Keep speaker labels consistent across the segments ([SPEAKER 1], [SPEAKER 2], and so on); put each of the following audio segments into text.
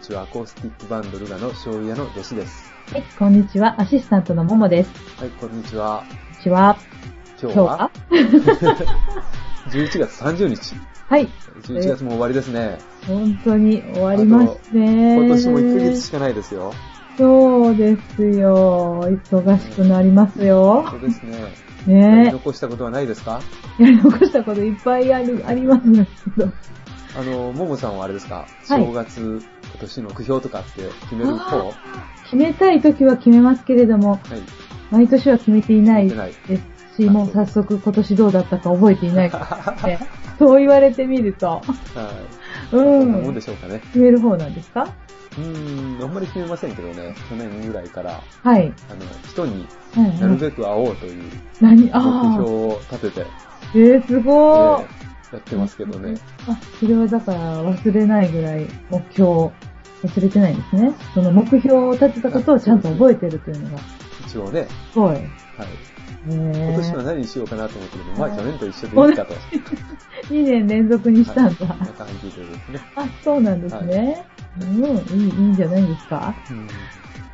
[SPEAKER 1] ちは。アコースティックバンドルガの醤油屋の弟子です。
[SPEAKER 2] はい、こんにちは。アシスタントのももです。
[SPEAKER 1] はい、こんにちは。
[SPEAKER 2] こんにちは。
[SPEAKER 1] 今
[SPEAKER 2] 今
[SPEAKER 1] 日
[SPEAKER 2] 日
[SPEAKER 1] は
[SPEAKER 2] は
[SPEAKER 1] ?11 月30日。
[SPEAKER 2] はい。
[SPEAKER 1] 11月も終わりですね。
[SPEAKER 2] 本当に終わりますね。
[SPEAKER 1] 今年も1ヶ月しかないですよ。
[SPEAKER 2] そうですよ。忙しくなりますよ
[SPEAKER 1] そ。うですね。やり
[SPEAKER 2] ね
[SPEAKER 1] 残したことはないですか
[SPEAKER 2] え。やり残したこといっぱいある、ありますけど。
[SPEAKER 1] あの、ももさんはあれですか、
[SPEAKER 2] はい
[SPEAKER 1] 正月、今年の目標とかって決める方は
[SPEAKER 2] あ決めたい時は決めますけれども、
[SPEAKER 1] い。
[SPEAKER 2] 毎年は決めていない
[SPEAKER 1] 決め
[SPEAKER 2] ですし、もう早速今年どうだったか覚えてい ないからね。そう言われてみると。
[SPEAKER 1] はい。
[SPEAKER 2] う
[SPEAKER 1] そんなもん
[SPEAKER 2] ん
[SPEAKER 1] で。しょうかね。
[SPEAKER 2] 決める方なんですか
[SPEAKER 1] うーん、あんまり決めませんけどね、去年ぐらいから、
[SPEAKER 2] はい。
[SPEAKER 1] あの、人に
[SPEAKER 2] はいはい
[SPEAKER 1] なるべく会おうという
[SPEAKER 2] 何
[SPEAKER 1] 目
[SPEAKER 2] あ
[SPEAKER 1] 標
[SPEAKER 2] あ。
[SPEAKER 1] を立てて、
[SPEAKER 2] えー、す
[SPEAKER 1] え
[SPEAKER 2] ごー。
[SPEAKER 1] ーやってますけどね。
[SPEAKER 2] あ、それはだから忘れないぐらい目標を忘れてないんですね。その目標を立てたことをちゃんと覚えてるというのが、す
[SPEAKER 1] 一応ね、
[SPEAKER 2] ごい。ね
[SPEAKER 1] はい。
[SPEAKER 2] え
[SPEAKER 1] 今年は何にしようかなと思ってるけど、まあ
[SPEAKER 2] えー
[SPEAKER 1] 去年と一緒でいいかと。
[SPEAKER 2] 2年連続にしたんだ。
[SPEAKER 1] はい、な感じでですね。
[SPEAKER 2] あ、そうなんですね。
[SPEAKER 1] は
[SPEAKER 2] うん、いい、いいんじゃないですか。
[SPEAKER 1] うん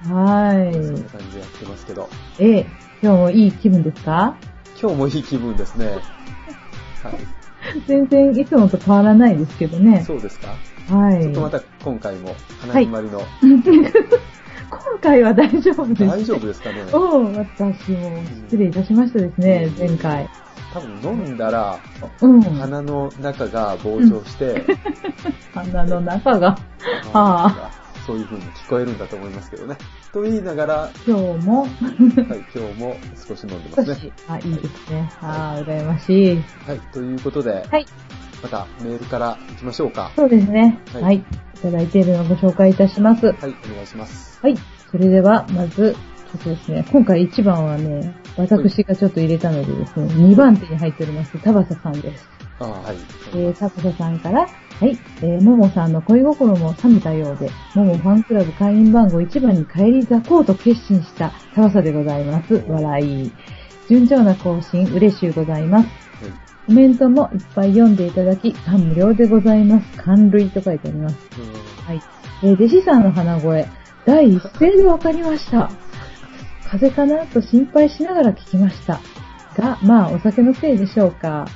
[SPEAKER 1] そんな
[SPEAKER 2] は
[SPEAKER 1] 感じでやってますけど、
[SPEAKER 2] ーい。ええ、今日もいい気分ですか
[SPEAKER 1] 今日もいい気分ですね。はい。
[SPEAKER 2] 全然いつもと変わらないですけどね。
[SPEAKER 1] そうですか
[SPEAKER 2] はい。
[SPEAKER 1] ちょっとまた今回も、花ひまりの、
[SPEAKER 2] 今回は大丈夫です。
[SPEAKER 1] 大丈夫ですか ね
[SPEAKER 2] うん、私も失礼いたしましたですね、前回。
[SPEAKER 1] 多分飲んだら、
[SPEAKER 2] うん。
[SPEAKER 1] 鼻の中が膨張して、
[SPEAKER 2] 鼻の中が。
[SPEAKER 1] あの
[SPEAKER 2] あ
[SPEAKER 1] そういう風に聞こえるんだと思いますけどね。と言いながら、はい、
[SPEAKER 2] 今日も、
[SPEAKER 1] 今日も少し飲んでます
[SPEAKER 2] 少
[SPEAKER 1] ね
[SPEAKER 2] し。、あ、いいですね。あー、羨ましい。
[SPEAKER 1] はい、ということで、
[SPEAKER 2] はい。
[SPEAKER 1] またメールから行きましょうか。
[SPEAKER 2] そうですね。
[SPEAKER 1] は
[SPEAKER 2] はいい。い、ただいているのをご紹介いたします。はい。
[SPEAKER 1] はい、お願いします。
[SPEAKER 2] それでは、まず、ちょっとですね、今回一番はね、私がちょっと入れたのでですね、二番手に入っております、田畑さんです。
[SPEAKER 1] あはい。
[SPEAKER 2] えー、サクサさんから、はい、えー、ももさんの恋心も冷めたようで、ももファンクラブ会員番号1番に帰り咲こうと決心した沢さでございます。笑い。順調な更新、嬉しゅうございます。コメントもいっぱい読んでいただき、感無量でございます。感類と書いてあります。はい。えー、弟子さんの鼻声、第一声でわかりました。風邪かなと心配しながら聞きました。が、まあ、お酒のせいでしょうか。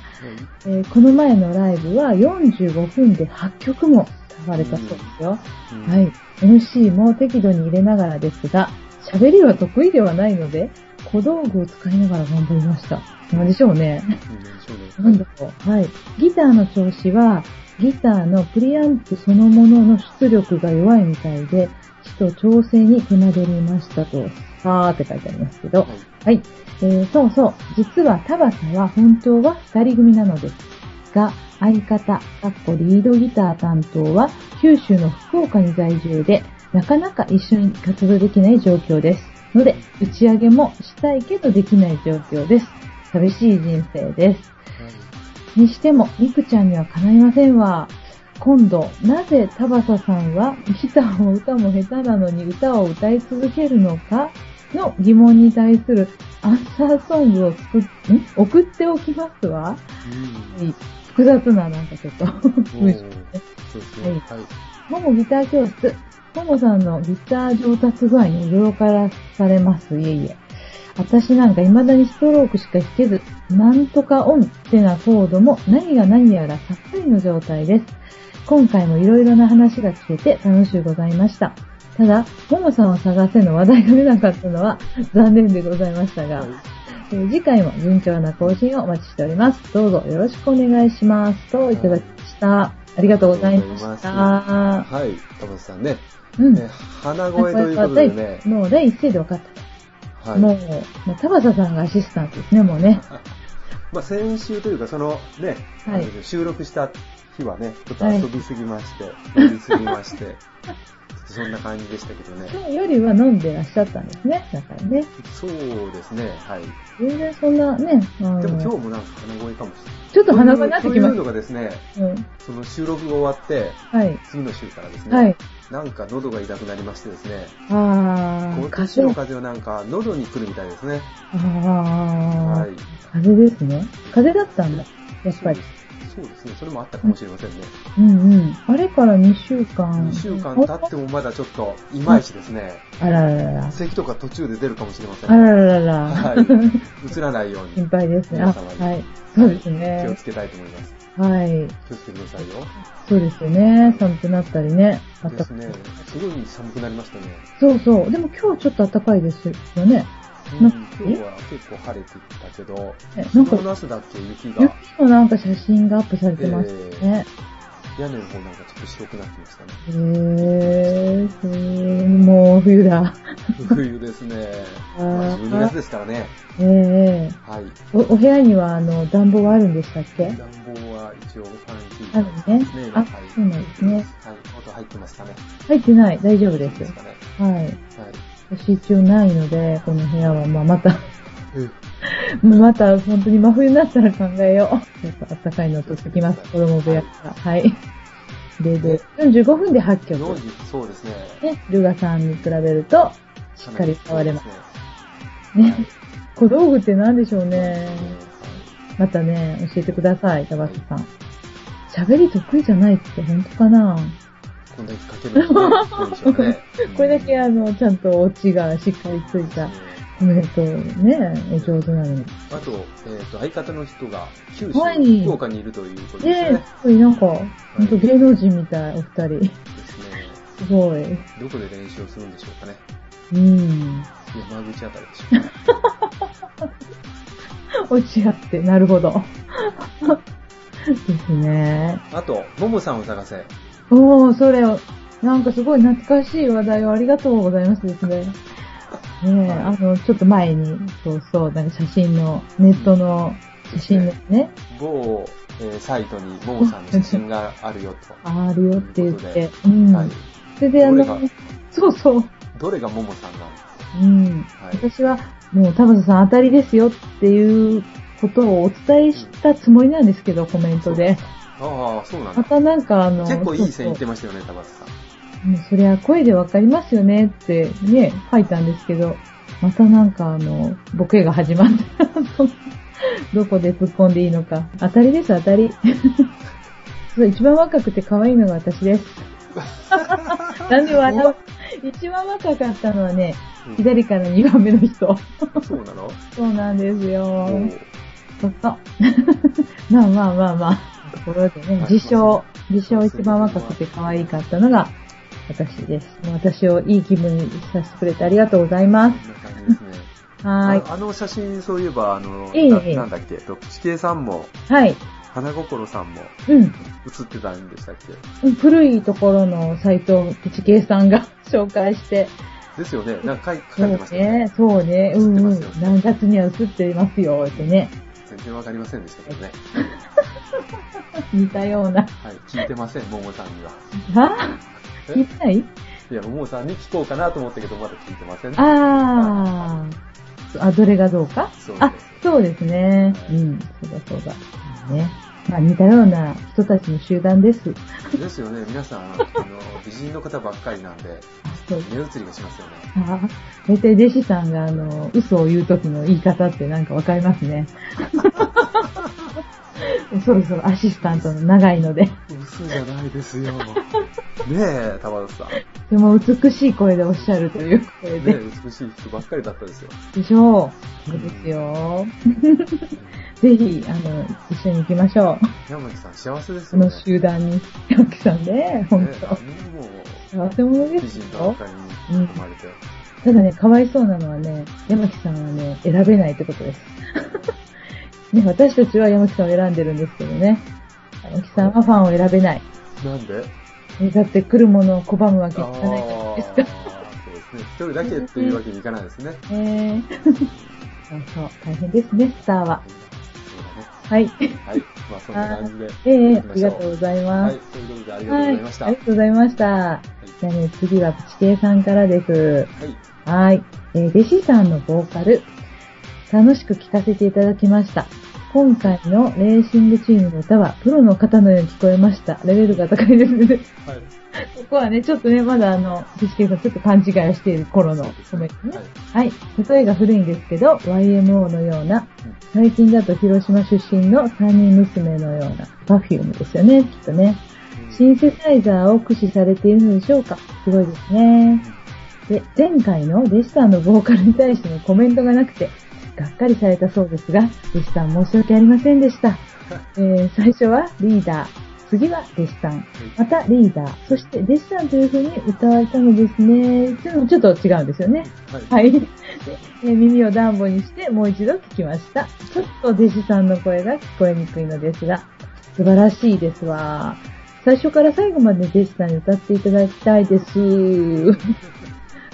[SPEAKER 2] えーこの前のライブは45分で8曲も流れたそうですよ。
[SPEAKER 1] うん
[SPEAKER 2] は。い。MC も適度に入れながらですが、喋りは得意ではないので、小道具を使いながら頑張りました。なんでしょうね。
[SPEAKER 1] うん何でしょうね
[SPEAKER 2] なんだろう。はい。ギターの調子は、ギターのプリアンプそのものの出力が弱いみたいで、ちと調整に手間取りましたと、さーって書いてありますけど、
[SPEAKER 1] はい
[SPEAKER 2] はい。えーそうそう。実は田畑は本当は二人組なのですが、相方、かっこリードギター担当は九州の福岡に在住で、なかなか一緒に活動できない状況です。ので、打ち上げもしたいけどできない状況です。寂しい人生です。にしても、みくちゃんには叶いませんわ。今度、なぜ田畑さんはギターも歌も下手なのに歌を歌い続けるのかの疑問に対するアンサーソングを作っ、ん送っておきますわ。
[SPEAKER 1] うん
[SPEAKER 2] はい複雑な、なんかちょっ と
[SPEAKER 1] お
[SPEAKER 2] 文章
[SPEAKER 1] ー
[SPEAKER 2] ね。
[SPEAKER 1] そうですね。はい。
[SPEAKER 2] ももギター教室。ももさんのギター上達具合に驚からされます。いえいえ。私なんか未だにストロークしか弾けず、なんとかオンってなコードも何が何やらさっぱりの状態です。今回もいろいろな話が聞けて楽しゅうございました。ただ、ももさんを探せの話題が出なかったのは残念でございましたが、えー次回も順調な更新をお待ちしております。どうぞよろしくお願いします。といただきました。ありがとうございまし
[SPEAKER 1] あ
[SPEAKER 2] た。
[SPEAKER 1] はい、田畑さんね。
[SPEAKER 2] うん。
[SPEAKER 1] ね鼻声ということでね。
[SPEAKER 2] もう第一声で分かった。
[SPEAKER 1] はい。
[SPEAKER 2] もう、もう田畑さんがアシスタントですね、もうね。
[SPEAKER 1] まあ、先週というか、そのね、
[SPEAKER 2] はい
[SPEAKER 1] あの収録した日はね、ちょっと遊びすぎまして、飲みすぎまして、ちょ っとそんな感じでしたけどね。
[SPEAKER 2] 今日よりは飲んでらっしゃったんですね。だからね。
[SPEAKER 1] そうですね、はい。
[SPEAKER 2] 全然そんなね、あの
[SPEAKER 1] でも今日もなんか鼻声かもしれない。
[SPEAKER 2] ちょっと鼻がなって
[SPEAKER 1] とい
[SPEAKER 2] きま
[SPEAKER 1] うという
[SPEAKER 2] す
[SPEAKER 1] の。がですね、
[SPEAKER 2] うん。
[SPEAKER 1] その収録が終わって、
[SPEAKER 2] はい。
[SPEAKER 1] 次の週からですね、
[SPEAKER 2] はい。
[SPEAKER 1] なんか喉が痛くなりましてですね、
[SPEAKER 2] あー
[SPEAKER 1] 今、年
[SPEAKER 2] 風
[SPEAKER 1] の
[SPEAKER 2] 邪。
[SPEAKER 1] 風邪はなんか喉に来るみたいですね。
[SPEAKER 2] あー、
[SPEAKER 1] はい。
[SPEAKER 2] 風邪ですね。風邪だったんだ。やっぱり。
[SPEAKER 1] そうですね。それもあったかもしれませんね。
[SPEAKER 2] うんうん。あれから2週間。
[SPEAKER 1] 2週間経ってもまだちょっと、いまいちですね。
[SPEAKER 2] あらららら。
[SPEAKER 1] 咳とか途中で出るかもしれません。
[SPEAKER 2] あらららら。
[SPEAKER 1] はい。うつらないよう
[SPEAKER 2] 心
[SPEAKER 1] に
[SPEAKER 2] 配ですね。あ、
[SPEAKER 1] 皆様に
[SPEAKER 2] はい。そうです
[SPEAKER 1] 気を
[SPEAKER 2] ね
[SPEAKER 1] つ。けたいと思います。
[SPEAKER 2] はい。
[SPEAKER 1] 気をつけてくださいよ。
[SPEAKER 2] そうですよね。寒くなったりね。あっ
[SPEAKER 1] で
[SPEAKER 2] た
[SPEAKER 1] すね。すごい寒くなりましたね。
[SPEAKER 2] そうそう。でも今日ちょっと暖かいです
[SPEAKER 1] う
[SPEAKER 2] よね。
[SPEAKER 1] ん
[SPEAKER 2] な
[SPEAKER 1] 今日は結構晴れてきたけど、
[SPEAKER 2] えなん
[SPEAKER 1] 昨
[SPEAKER 2] か
[SPEAKER 1] 日、の朝だっけ雪
[SPEAKER 2] 雪
[SPEAKER 1] が
[SPEAKER 2] のなんか写真がアップされてましたね。
[SPEAKER 1] 屋根の方なんかちょっと白くなってま したね。
[SPEAKER 2] へえー、そうもう冬だ。
[SPEAKER 1] 冬ですね。
[SPEAKER 2] あー
[SPEAKER 1] まあ、12月ですからね。
[SPEAKER 2] ええ
[SPEAKER 1] はい。
[SPEAKER 2] お、お部屋にはあの暖房はあるんでしたっけ
[SPEAKER 1] 暖房は一応ファンついて
[SPEAKER 2] あるね
[SPEAKER 1] ね。
[SPEAKER 2] あ
[SPEAKER 1] はい、
[SPEAKER 2] そうなんですね。
[SPEAKER 1] はい。音入ってますかね。
[SPEAKER 2] 入ってない。大丈夫で
[SPEAKER 1] いいですす。かね。
[SPEAKER 2] はい。
[SPEAKER 1] はい。
[SPEAKER 2] 私一応ないので、この部屋は、まあ、また、
[SPEAKER 1] うん
[SPEAKER 2] また、本当に真冬になったら考えよう。やっぱ暖かいの取ってきます。子供部屋から。はい。で、で、45分で8曲。
[SPEAKER 1] 40そうですね。
[SPEAKER 2] ね、ルガさんに比べると、しっかり触れます
[SPEAKER 1] ね。
[SPEAKER 2] ね、小道具って何でしょうね。
[SPEAKER 1] は
[SPEAKER 2] またね、教えてください、高橋さん。喋り得意じゃないって本当かない。
[SPEAKER 1] こんだけかけるのねどうでしょうね
[SPEAKER 2] これだけ
[SPEAKER 1] うん
[SPEAKER 2] あの、ちゃんとオチがしっかりついたコメントをね、お上手なのに。
[SPEAKER 1] あと、えっ、と、相方の人が九州、
[SPEAKER 2] はい
[SPEAKER 1] 福岡にいるということですよね。
[SPEAKER 2] ねえ、なんか、ほんと芸能人みたい、お二人。
[SPEAKER 1] ですね。
[SPEAKER 2] すごい。
[SPEAKER 1] どこで練習をするんでしょうかね。
[SPEAKER 2] うん。
[SPEAKER 1] 山口あたりでしょうかね。
[SPEAKER 2] 落ち合って、なるほど。ですね。
[SPEAKER 1] あと、ももさんを探せ。
[SPEAKER 2] おー、それを、なんかすごい懐かしい話題をありがとうございますですね。ねえ、あの、ちょっと前に、そうそう、なんか写真の、ネットの写真のね、
[SPEAKER 1] 某、えーサイトにももさんの写真があるよと。
[SPEAKER 2] あるよって言って、う
[SPEAKER 1] は
[SPEAKER 2] ん
[SPEAKER 1] い。。
[SPEAKER 2] それであの
[SPEAKER 1] どれが、
[SPEAKER 2] そうそう、
[SPEAKER 1] どれがももさんなの
[SPEAKER 2] うん。
[SPEAKER 1] はい
[SPEAKER 2] 私は、もう、田畑さん当たりですよっていうことをお伝えしたつもりなんですけど、コメントで。
[SPEAKER 1] ああ、そうなんだ。
[SPEAKER 2] またなんか、あの、
[SPEAKER 1] 結構いい線いって
[SPEAKER 2] そう
[SPEAKER 1] ましたよね、田畑さん。
[SPEAKER 2] そうもうそりゃ声でわかりますよねってね、書いたんですけど、またなんかあの、ボケが始まって、 どこで突っ込んでいいのか。当たりです、当たり。 そう、一番若くて可愛いのが私です。 なんで笑う一番若かったのはね、
[SPEAKER 1] うん
[SPEAKER 2] 左から2番目の人。
[SPEAKER 1] そうなの
[SPEAKER 2] そうなんですよ。
[SPEAKER 1] おう
[SPEAKER 2] そう そう。まあまあまあまあ。ところでね、自称、自称一番若くて可愛かったのが私です。私をいい気分にさせてくれてありがとうござい
[SPEAKER 1] こ
[SPEAKER 2] ま
[SPEAKER 1] んな感じですね。
[SPEAKER 2] す。はー
[SPEAKER 1] ああの写真、そういえば、あの、
[SPEAKER 2] ええ
[SPEAKER 1] な
[SPEAKER 2] ええ
[SPEAKER 1] なんだっけ、と地形さんも、
[SPEAKER 2] い。はい。
[SPEAKER 1] 花心さんも
[SPEAKER 2] うん
[SPEAKER 1] 写ってたんでしたっけ
[SPEAKER 2] うん。古いところのサイトをプチケイさんが 紹介して。
[SPEAKER 1] ですよね。なんか書い書
[SPEAKER 2] そ
[SPEAKER 1] か
[SPEAKER 2] う
[SPEAKER 1] れてましたよね。
[SPEAKER 2] ね。そうね。
[SPEAKER 1] 映
[SPEAKER 2] う
[SPEAKER 1] って
[SPEAKER 2] んう
[SPEAKER 1] ます
[SPEAKER 2] ん
[SPEAKER 1] よ。
[SPEAKER 2] 何月には映っていますよ。って ね。
[SPEAKER 1] 全然わかりませんでしたけどね。
[SPEAKER 2] 似たような。
[SPEAKER 1] はい。聞いてません、ももさんには。
[SPEAKER 2] は
[SPEAKER 1] え
[SPEAKER 2] 聞いてない
[SPEAKER 1] いや、ももさんに聞こうかなと思ったけど、まだ聞いてません。
[SPEAKER 2] あー。あ、どれがどうか
[SPEAKER 1] そうです
[SPEAKER 2] あ、そうですね。うん、そうだそうだ。ね。まあ似たような人たちの集団です。
[SPEAKER 1] ですよね。皆さん、あの、美人の方ばっかりなんで、
[SPEAKER 2] あ、そう。
[SPEAKER 1] 目移りがしますよね。
[SPEAKER 2] あ大体弟子さんがあの、嘘を言う時の言い方ってなんかわかります ね。そろそろアシスタントの長いので、
[SPEAKER 1] 嘘じゃないです よ。ねえ、玉田さん。ね
[SPEAKER 2] とても美しい声でおっしゃるという声で。
[SPEAKER 1] え、美しい人ばっかりだったですよ。
[SPEAKER 2] でしょう。そうですよ。 ぜひ、あの、一緒に行きましょう。
[SPEAKER 1] 山木さん、幸せです
[SPEAKER 2] そ
[SPEAKER 1] よね。
[SPEAKER 2] の集団に、たくさんね、本
[SPEAKER 1] ねえあ。
[SPEAKER 2] 当
[SPEAKER 1] んなもう、
[SPEAKER 2] 幸せ者で
[SPEAKER 1] 美
[SPEAKER 2] す
[SPEAKER 1] 人ば
[SPEAKER 2] よ
[SPEAKER 1] っ。かりに囲まれて。
[SPEAKER 2] ただね、かわいそうなのはね、山木さんはね、選べないってことです。 ね、私たちは山木さんを選んでるんですけどね。山木さんはファンを選べない。
[SPEAKER 1] なんで
[SPEAKER 2] ねだって来るものを拒むわけ
[SPEAKER 1] あ
[SPEAKER 2] にい
[SPEAKER 1] あ
[SPEAKER 2] かないじゃないです
[SPEAKER 1] ー、そうですね。一人だけっていうわけにいかないですね。
[SPEAKER 2] か。ね えそうそう、大変ですね、スターは。
[SPEAKER 1] そうだね。
[SPEAKER 2] はい。
[SPEAKER 1] はい。まあ、そんな感じで。
[SPEAKER 2] え
[SPEAKER 1] 行
[SPEAKER 2] え
[SPEAKER 1] き
[SPEAKER 2] あ
[SPEAKER 1] ま
[SPEAKER 2] り
[SPEAKER 1] しょ
[SPEAKER 2] が
[SPEAKER 1] う
[SPEAKER 2] とうござい
[SPEAKER 1] は
[SPEAKER 2] ま
[SPEAKER 1] い。
[SPEAKER 2] す。
[SPEAKER 1] ということで、ありがとうご
[SPEAKER 2] は
[SPEAKER 1] ざ
[SPEAKER 2] い、
[SPEAKER 1] いました。
[SPEAKER 2] ありがとうございました。じゃあね、次はプチケイさんからです。
[SPEAKER 1] はい。
[SPEAKER 2] はい。えー、弟子さんのボーカル、楽しく聴かせていただきました。今回のレーシングチームの歌は、プロの方のように聞こえました。レベルが高いですね。
[SPEAKER 1] はい。
[SPEAKER 2] ここはね、ちょっとね、まだあの、ビシケイさんちょっと勘違いをしている頃のコメントね。
[SPEAKER 1] はい
[SPEAKER 2] はい。例えが古いんですけど、YMO のような、最近だと広島出身の三人娘のような、パフュームですよね、きっとね。シンセサイザーを駆使されているのでしょうかすごいですね。で、前回のデシさんのボーカルに対してのコメントがなくて、がっかりされたそうですが、デシさん申し訳ありませんでした。えー最初はリーダー、次はデシさん、またリーダー、そしてデシさんという風に歌われたのですね。というのもちょっと違うんですよね。
[SPEAKER 1] はい。はい。
[SPEAKER 2] はい。でえー耳を暖房にしてもう一度聞きました。ちょっと弟子さんの声が聞こえにくいのですが、素晴らしいですわ。最初から最後まで弟子さんに歌っていただきたいです。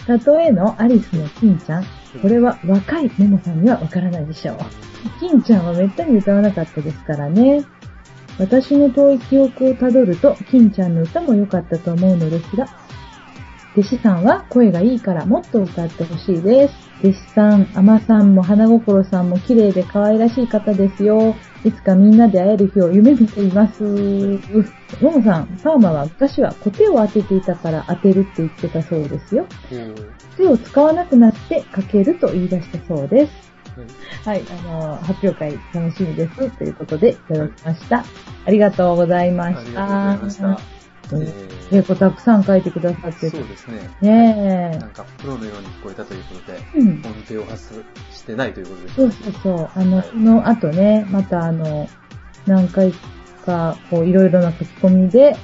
[SPEAKER 2] 例えのアリスの金ちゃん。これは若いメモさんにはわからないでしょう。金ちゃんはめったに歌わなかったですからね。私の遠い記憶をたどると、金ちゃんの歌も良かったと思うのですが、弟子さんは声がいいからもっと歌ってほしいです。弟子さん、甘さんも花心さんも綺麗で可愛らしい方ですよ。いつかみんなで会える日を夢見ています。ももさん、パーマは昔はコテを当てていたから当てるって言ってたそうですよ。
[SPEAKER 1] おー
[SPEAKER 2] 手を使わなくなってかけると言い出したそうです。
[SPEAKER 1] はい
[SPEAKER 2] はい、あの、発表会楽しみですということでいただきました。ありがとうございま
[SPEAKER 1] あ
[SPEAKER 2] した。
[SPEAKER 1] りがとうございました。え
[SPEAKER 2] 結構たくさん書いてくださっ
[SPEAKER 1] ー、
[SPEAKER 2] て
[SPEAKER 1] そ
[SPEAKER 2] て
[SPEAKER 1] う。ですね。
[SPEAKER 2] ねえ
[SPEAKER 1] なんか、プロのように聞こえたということで、
[SPEAKER 2] うん
[SPEAKER 1] 音程を発してないということです
[SPEAKER 2] そう
[SPEAKER 1] ね。
[SPEAKER 2] そうそう。あの、その後ね、またあの、何回か、こう、いろいろな書き込みで、
[SPEAKER 1] はい。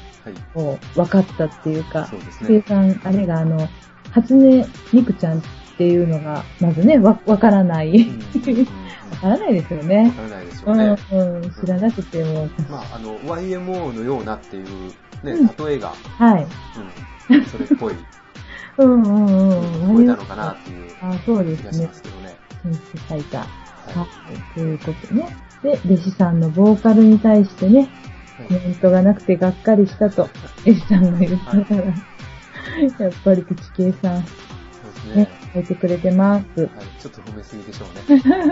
[SPEAKER 2] こう、分かったっていうか、
[SPEAKER 1] そうです
[SPEAKER 2] 生
[SPEAKER 1] ね。
[SPEAKER 2] 産、あれがあの、初音ミクちゃんっていうのが、まずね、わ、わからな
[SPEAKER 1] う
[SPEAKER 2] い
[SPEAKER 1] ん。
[SPEAKER 2] わからないですよ
[SPEAKER 1] わ
[SPEAKER 2] ね。
[SPEAKER 1] からないです
[SPEAKER 2] う
[SPEAKER 1] よ
[SPEAKER 2] ん、
[SPEAKER 1] ね。
[SPEAKER 2] うん、知らなくても、
[SPEAKER 1] まあ、あの、YMO のようなっていう、ね、
[SPEAKER 2] うん
[SPEAKER 1] 例えが、
[SPEAKER 2] はい。
[SPEAKER 1] うん、それっぽい、
[SPEAKER 2] うんうんうん。
[SPEAKER 1] 聞こえたのかなっていう
[SPEAKER 2] あ、そうで
[SPEAKER 1] 気が
[SPEAKER 2] す
[SPEAKER 1] し
[SPEAKER 2] ね
[SPEAKER 1] ま。すけどね。
[SPEAKER 2] 新規サイター。は。
[SPEAKER 1] はい
[SPEAKER 2] ということね。で、弟子さんのボーカルに対してね、コメ
[SPEAKER 1] い。
[SPEAKER 2] ントがなくてがっかりしたと、エシさんが言ったから、やっぱりピチケイさ
[SPEAKER 1] そ
[SPEAKER 2] ん、
[SPEAKER 1] うです
[SPEAKER 2] ね
[SPEAKER 1] ね。、
[SPEAKER 2] 書いてくれてます。
[SPEAKER 1] はい。ちょっと褒めすぎでしょうね。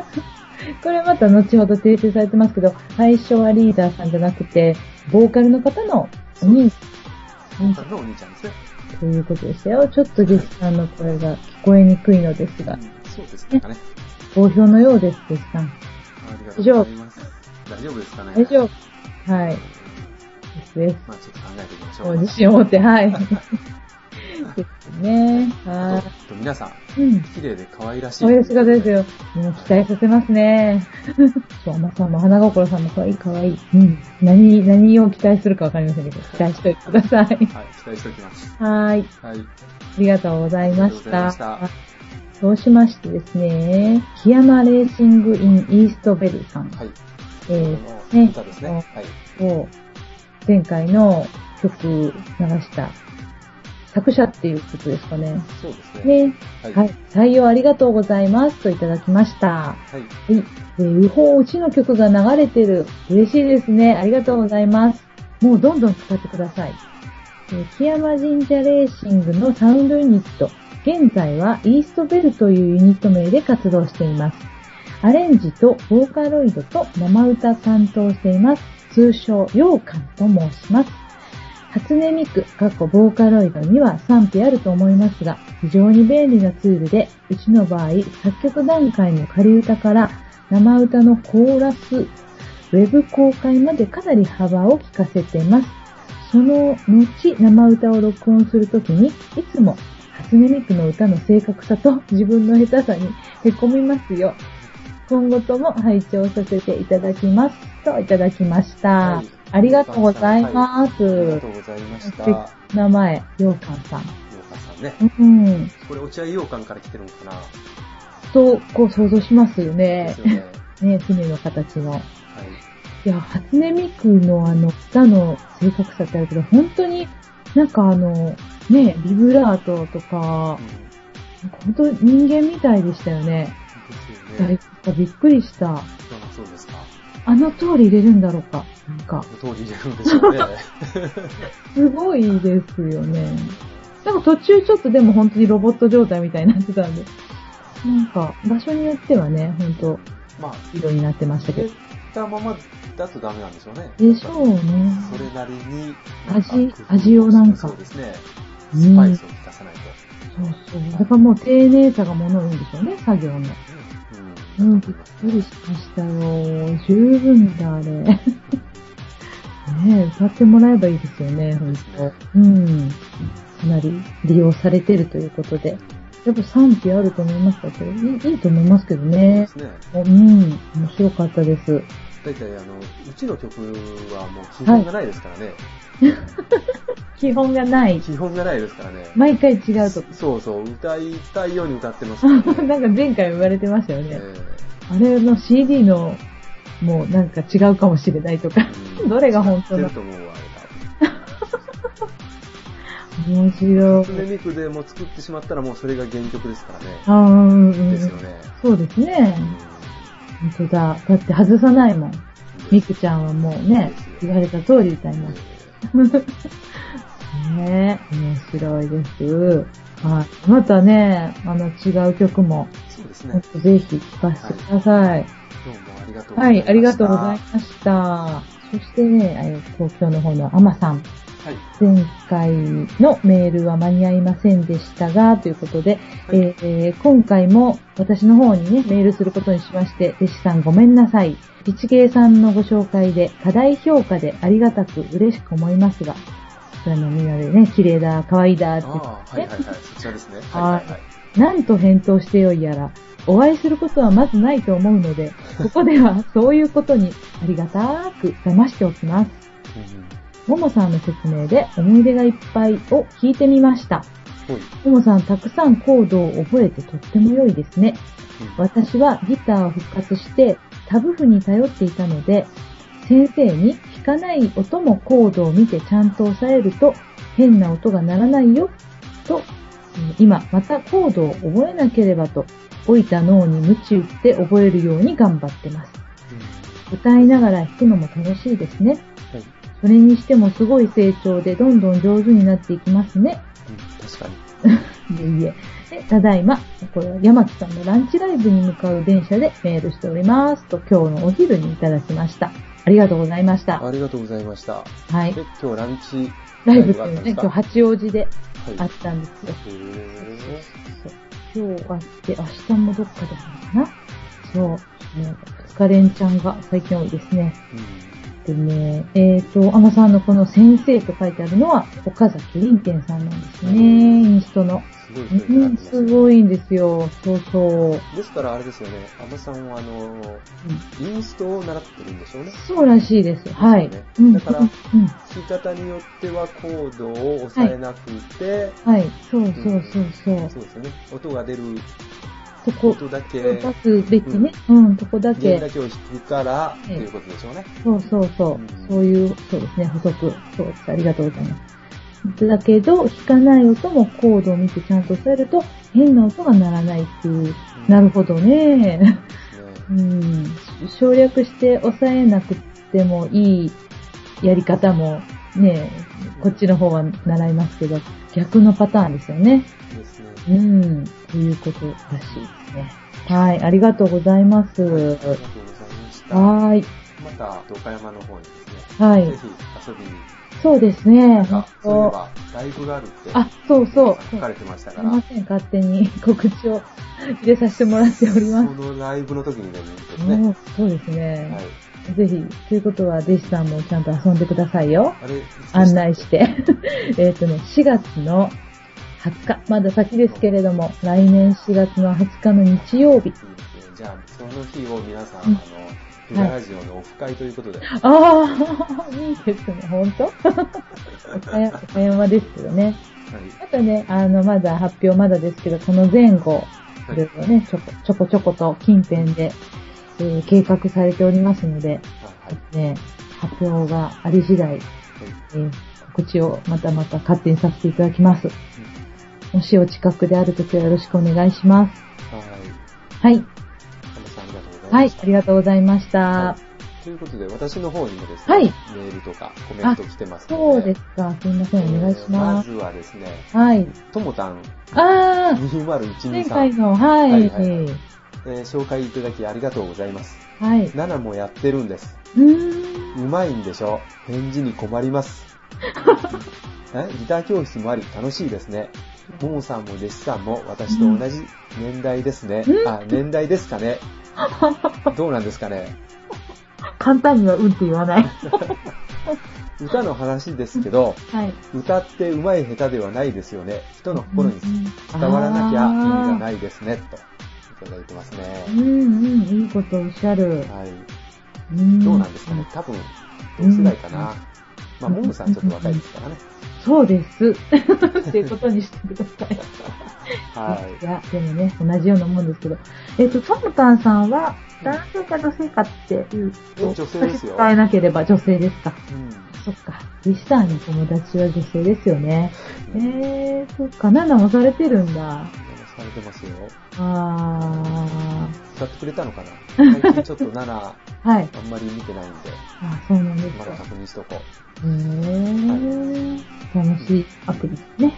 [SPEAKER 2] これまた後ほど訂正されてますけど、最初はリーダーさんじゃなくて、ボーカルの方のお兄さ
[SPEAKER 1] 今
[SPEAKER 2] ん
[SPEAKER 1] 回のお兄ちゃんですね。
[SPEAKER 2] ということでしたよ。ちょっと弟子さんの声が聞こえにくいのです
[SPEAKER 1] う
[SPEAKER 2] が、
[SPEAKER 1] んそうですね。なんかね。
[SPEAKER 2] 好評のようです、弟子さん。
[SPEAKER 1] ありがとうございます。大丈夫ですかね
[SPEAKER 2] 大丈夫。はい。ですです。
[SPEAKER 1] まあちょっと考えていきましょ
[SPEAKER 2] も
[SPEAKER 1] う。
[SPEAKER 2] う自信を持っ て、はい。ですね。は
[SPEAKER 1] ちょっと皆さん、
[SPEAKER 2] い。うん。
[SPEAKER 1] 綺麗で可愛らしい。
[SPEAKER 2] 可愛らしい方ですよ。もう期待させま すね。そう、まさんも花心さんも可愛い可愛い。うん。何、何を期待するかわかりませんけど、期待しておいてくださ い。
[SPEAKER 1] はい、期待しておきます。
[SPEAKER 2] はーい。
[SPEAKER 1] はい。
[SPEAKER 2] ありがとうござい
[SPEAKER 1] あ
[SPEAKER 2] ました
[SPEAKER 1] りがとうございま。
[SPEAKER 2] そうしましてですね、木山レーシングインイーストベルさん。
[SPEAKER 1] はい。
[SPEAKER 2] え
[SPEAKER 1] この
[SPEAKER 2] ー、
[SPEAKER 1] 歌ですね。はい。
[SPEAKER 2] を前回の曲流した作者っていうことですかね。
[SPEAKER 1] そうですね。
[SPEAKER 2] ね。
[SPEAKER 1] はい。
[SPEAKER 2] はい。採用ありがとうございますといただきました。
[SPEAKER 1] はい。
[SPEAKER 2] はい。えー、予報うちの曲が流れてる。嬉しいですね。ありがとうございます。もうどんどん使ってください。えー、木山神社レーシングのサウンドユニット。現在はイーストベルというユニット名で活動しています。アレンジとボーカロイドと生歌担当しています。通称、羊羹と申します。初音ミク、過去ボーカロイドには賛否あると思いますが、非常に便利なツールで、うちの場合、作曲段階の仮歌から生歌のコーラス、ウェブ公開までかなり幅を利かせています。その後、生歌を録音するときに、いつも初音ミクの歌の正確さと自分の下手さに凹みますよ。今後とも拝聴させていただきます。といただきました。
[SPEAKER 1] はい
[SPEAKER 2] ありがとうございます。
[SPEAKER 1] ありがとうございました。よう
[SPEAKER 2] 名前、ようかんさん。
[SPEAKER 1] かさんね。
[SPEAKER 2] うん。
[SPEAKER 1] これ、落合洋館から来てるのかな
[SPEAKER 2] と、こう想像しますよ
[SPEAKER 1] で
[SPEAKER 2] ね
[SPEAKER 1] す。よね。
[SPEAKER 2] ね、船の形の。
[SPEAKER 1] はい。
[SPEAKER 2] いや、初音ミクのあの、歌の正確さってあるけど、本当になんかあの、ね、ビブラートとか
[SPEAKER 1] うん、
[SPEAKER 2] なんか本当人間みたいでしたよね。
[SPEAKER 1] ですよ
[SPEAKER 2] 大
[SPEAKER 1] ね。
[SPEAKER 2] 丈夫びっくりした。
[SPEAKER 1] あそうですか。
[SPEAKER 2] あの通り入れるんだろうか。なんか、
[SPEAKER 1] お通り入れるんでしょ うね。
[SPEAKER 2] すごいですよね。なんか途中ちょっとでも本当にロボット状態みたいになってたんで。なんか、場所によってはね、本当
[SPEAKER 1] まあ、
[SPEAKER 2] 色になってましたけど。
[SPEAKER 1] でたままだとダメなんでしょうね。
[SPEAKER 2] でしょうね。
[SPEAKER 1] それなりに、
[SPEAKER 2] 味味をなんか
[SPEAKER 1] そうですね。
[SPEAKER 2] うん
[SPEAKER 1] スパイスを効かさないと。
[SPEAKER 2] そうそう。だからもう丁寧さがものを言うんでしょうね、作業の。う、
[SPEAKER 1] うんん。
[SPEAKER 2] びっくりしましたよ。十分だ、 あれ。ねえ、歌ってもらえばいいですよね、本当うん。かなり利用されてるということで。やっぱ賛否あると思いましたけど、いいいいと思いますけど
[SPEAKER 1] そうで
[SPEAKER 2] ね
[SPEAKER 1] す。ね。
[SPEAKER 2] うん、面白かったです。
[SPEAKER 1] 大体、あの、うちの曲はもう基本がないですからね。
[SPEAKER 2] 基本がない。
[SPEAKER 1] 基本がないですからね。
[SPEAKER 2] 毎回違うと。
[SPEAKER 1] そうそう、歌いたいように歌ってますからね。
[SPEAKER 2] なんか前回言われてましたよね。
[SPEAKER 1] え
[SPEAKER 2] あれの CD の、もうなんか違うかもしれないとか、
[SPEAKER 1] えうん
[SPEAKER 2] どれが本当
[SPEAKER 1] 知って
[SPEAKER 2] の
[SPEAKER 1] ると思うわ、あれ多分。初。
[SPEAKER 2] 面白い
[SPEAKER 1] 音ミクでも作ってしまったらもうそれが原曲ですからね。
[SPEAKER 2] あーうんうんう
[SPEAKER 1] ですよ
[SPEAKER 2] ん。
[SPEAKER 1] ね。
[SPEAKER 2] そうですね
[SPEAKER 1] う。ん
[SPEAKER 2] 本当だ。だって外さないもん。ミクちゃんはもうね、言われた通り歌い
[SPEAKER 1] え
[SPEAKER 2] ます。
[SPEAKER 1] え
[SPEAKER 2] ねえ、面白いです。はい。またね、あの違う曲も、
[SPEAKER 1] そうです
[SPEAKER 2] もっ
[SPEAKER 1] ね。
[SPEAKER 2] とぜひ聴かせてください。
[SPEAKER 1] どうもありがとうござ
[SPEAKER 2] はい
[SPEAKER 1] ま
[SPEAKER 2] い、ありがとうござい
[SPEAKER 1] す。
[SPEAKER 2] ました。そしてね、あの東京の方のアマさん。
[SPEAKER 1] はい。
[SPEAKER 2] 前回のメールは間に合いませんでしたが、ということで、
[SPEAKER 1] はい
[SPEAKER 2] えー今回も私の方にね、メールすることにしまして、弟子さんごめんなさい。一芸さんのご紹介で、課題評価でありがたく嬉しく思いますが、あの、みんなでね、綺麗だ、可愛いだって
[SPEAKER 1] ああ
[SPEAKER 2] 言って、
[SPEAKER 1] はいはいはい。そちらですね。はいはいはい。
[SPEAKER 2] なんと返答してよいやら、お会いすることはまずないと思うので、ここではそういうことにありがたく騙しておきます。ももさんの説明で思い出がいっぱいを聞いてみました。
[SPEAKER 1] うんはい
[SPEAKER 2] ももさんたくさんコードを覚えてとっても良いですね。私はギターを復活してタブ譜に頼っていたので、先生に弾かない音もコードを見てちゃんと押さえると変な音が鳴らないよ、と、えー今またコードを覚えなければと、老いた脳に鞭打って覚えるように頑張ってます。歌いながら弾くのも楽しいですね。
[SPEAKER 1] はい。
[SPEAKER 2] それにしてもすごい成長でどんどん上手になっていきますね。
[SPEAKER 1] うん確かに。
[SPEAKER 2] いえいえ。でただいま、これは山木さんのランチライブに向かう電車でメールしております。と、今日のお昼にいただきました。ありがとうございました。
[SPEAKER 1] ありがとうございました。
[SPEAKER 2] はい
[SPEAKER 1] で。、今日ランチ
[SPEAKER 2] ライブっていうの
[SPEAKER 1] ラ
[SPEAKER 2] ね、
[SPEAKER 1] イブ
[SPEAKER 2] 今日
[SPEAKER 1] があっ
[SPEAKER 2] 八王子で
[SPEAKER 1] たんですか
[SPEAKER 2] あ
[SPEAKER 1] はい。
[SPEAKER 2] ったんですよ。
[SPEAKER 1] へえ
[SPEAKER 2] 今日あって、明日もどっかであるのかなそう。ねスカレンちゃんが最近多いですね。でね、えっ、と、アマさんのこの先生と書いてあるのは、岡崎凛天さんなんですね。インストの。
[SPEAKER 1] すごい人になってま
[SPEAKER 2] うん、
[SPEAKER 1] すすね
[SPEAKER 2] ごいんですよ。そうそう。
[SPEAKER 1] ですからあれですよね、アマさんはあの、
[SPEAKER 2] うん
[SPEAKER 1] インストを習ってるんでしょうね。
[SPEAKER 2] そうらしいです。はい。
[SPEAKER 1] そうですよねだから
[SPEAKER 2] うん、うん
[SPEAKER 1] 弾き方によってはコードを抑えなくて、
[SPEAKER 2] はい。そうそうそうそう。
[SPEAKER 1] そうですよね、音が出る
[SPEAKER 2] そこ、
[SPEAKER 1] 音だけ、
[SPEAKER 2] 出すべきね。うん、そこだ
[SPEAKER 1] 弦だ
[SPEAKER 2] け。
[SPEAKER 1] けを弾くから、
[SPEAKER 2] ん
[SPEAKER 1] っていうことでしょうね。
[SPEAKER 2] そうそうそ
[SPEAKER 1] う
[SPEAKER 2] う
[SPEAKER 1] ん。
[SPEAKER 2] そういう、そうですね、補足。そうです。ありがとうございます。だけど、弾かない音もコードを見てちゃんと押さえると、変な音が鳴らないっていう。なるほどね。
[SPEAKER 1] ね
[SPEAKER 2] うん。省略して抑えなくてもいいやり方も、ね、こっちの方は習いますけど、逆のパターンですよね。
[SPEAKER 1] ですね。
[SPEAKER 2] うん、ということらしいですね。はい、ありがとうございます。
[SPEAKER 1] はいありがとうございました。ま
[SPEAKER 2] はーい、
[SPEAKER 1] た、岡山の方にですね、
[SPEAKER 2] はい
[SPEAKER 1] ぜひ遊びに。
[SPEAKER 2] そうですね。
[SPEAKER 1] あ、そういえば、ライブがあるって、
[SPEAKER 2] あ、そうそう。
[SPEAKER 1] 書か
[SPEAKER 2] す
[SPEAKER 1] れてましたか
[SPEAKER 2] い
[SPEAKER 1] ら
[SPEAKER 2] ま、せん、勝手に告知を入れさせてもらっており
[SPEAKER 1] そ
[SPEAKER 2] ます。
[SPEAKER 1] のライブの時にね、ですね、
[SPEAKER 2] もうそうですね、
[SPEAKER 1] はい。
[SPEAKER 2] ぜひ、ということは、弟子さんもちゃんと遊んでくださいよ。
[SPEAKER 1] あれ、いつでしたっけ
[SPEAKER 2] 案内し。て。えっとね、4月の20日、まだ先ですけれども、来年4月の20日の日曜日。
[SPEAKER 1] いいですねじゃあ、その日を皆さん、あ
[SPEAKER 2] うん
[SPEAKER 1] の、フララジオのオフ会ということで、
[SPEAKER 2] ああ、 いいですね、ほんと岡山岡山ですけどね。
[SPEAKER 1] は
[SPEAKER 2] あとね、あの、まだ発表まだですけど、この前後、い
[SPEAKER 1] い。
[SPEAKER 2] ろいろね、ちょこちょこちょこと近辺で、えー計画されておりますので、
[SPEAKER 1] あはい。
[SPEAKER 2] ね、発表があり次第、えー告知をまたまた勝手にさせていただきます。もしお近くであるときはよろしくお願いします。
[SPEAKER 1] はい。
[SPEAKER 2] はい。
[SPEAKER 1] ハムさんありがとうござい
[SPEAKER 2] は
[SPEAKER 1] ま
[SPEAKER 2] い
[SPEAKER 1] し、
[SPEAKER 2] ありがとうございました。
[SPEAKER 1] た。はいということで、私の方にもですね、
[SPEAKER 2] はい
[SPEAKER 1] メールとかコメント来てますので、
[SPEAKER 2] そうですか、すいません、お願いしま
[SPEAKER 1] え
[SPEAKER 2] す。
[SPEAKER 1] ーまずはですね、
[SPEAKER 2] はい。
[SPEAKER 1] ともたん
[SPEAKER 2] ああ、前回
[SPEAKER 1] 20123。
[SPEAKER 2] の、はい、
[SPEAKER 1] はいはいはえー紹介いただきありがとうございます。
[SPEAKER 2] はい。う
[SPEAKER 1] ナナもやってるんです。
[SPEAKER 2] ーん。
[SPEAKER 1] うまいんでしょ返事に困り ます。えギター教室もあり、楽しいですね。ももさんも弟子さんも私と同じ年代ですね。あ、年代ですか ね。どうなんですかね。
[SPEAKER 2] 簡単にはうんって言わない。
[SPEAKER 1] 歌の話ですけど、
[SPEAKER 2] はい。
[SPEAKER 1] 歌って上手い下手ではないですよね。人の心に伝わらなきゃ意味がないですね、と。いただいてますね
[SPEAKER 2] う。んうん、いいことおっしゃる。
[SPEAKER 1] はい。
[SPEAKER 2] うん
[SPEAKER 1] どうなんですかね。多分、同世代かな。まあ、ももさんちょっと若いですからね。
[SPEAKER 2] そうです。 っていうことにしてください。
[SPEAKER 1] はい
[SPEAKER 2] い。や、でもね、同じようなもんですけど。えっ、と、トムタンさんは、男性か女性かっていうと、
[SPEAKER 1] え女性ですよ
[SPEAKER 2] 差し支えなければ女性ですか。
[SPEAKER 1] うん
[SPEAKER 2] そっか。リシターの友達は女性ですよね。
[SPEAKER 1] うん
[SPEAKER 2] えー、そっか。ナナもされてるんだ。
[SPEAKER 1] されてますよ。
[SPEAKER 2] あ
[SPEAKER 1] 使ってくれたのかな最近ちょっと7、あ
[SPEAKER 2] ー。はい。
[SPEAKER 1] んまり見てないんで、
[SPEAKER 2] あそうなんです
[SPEAKER 1] ま
[SPEAKER 2] か
[SPEAKER 1] だ。確認しとこう。
[SPEAKER 2] へー。楽しいアプリですね。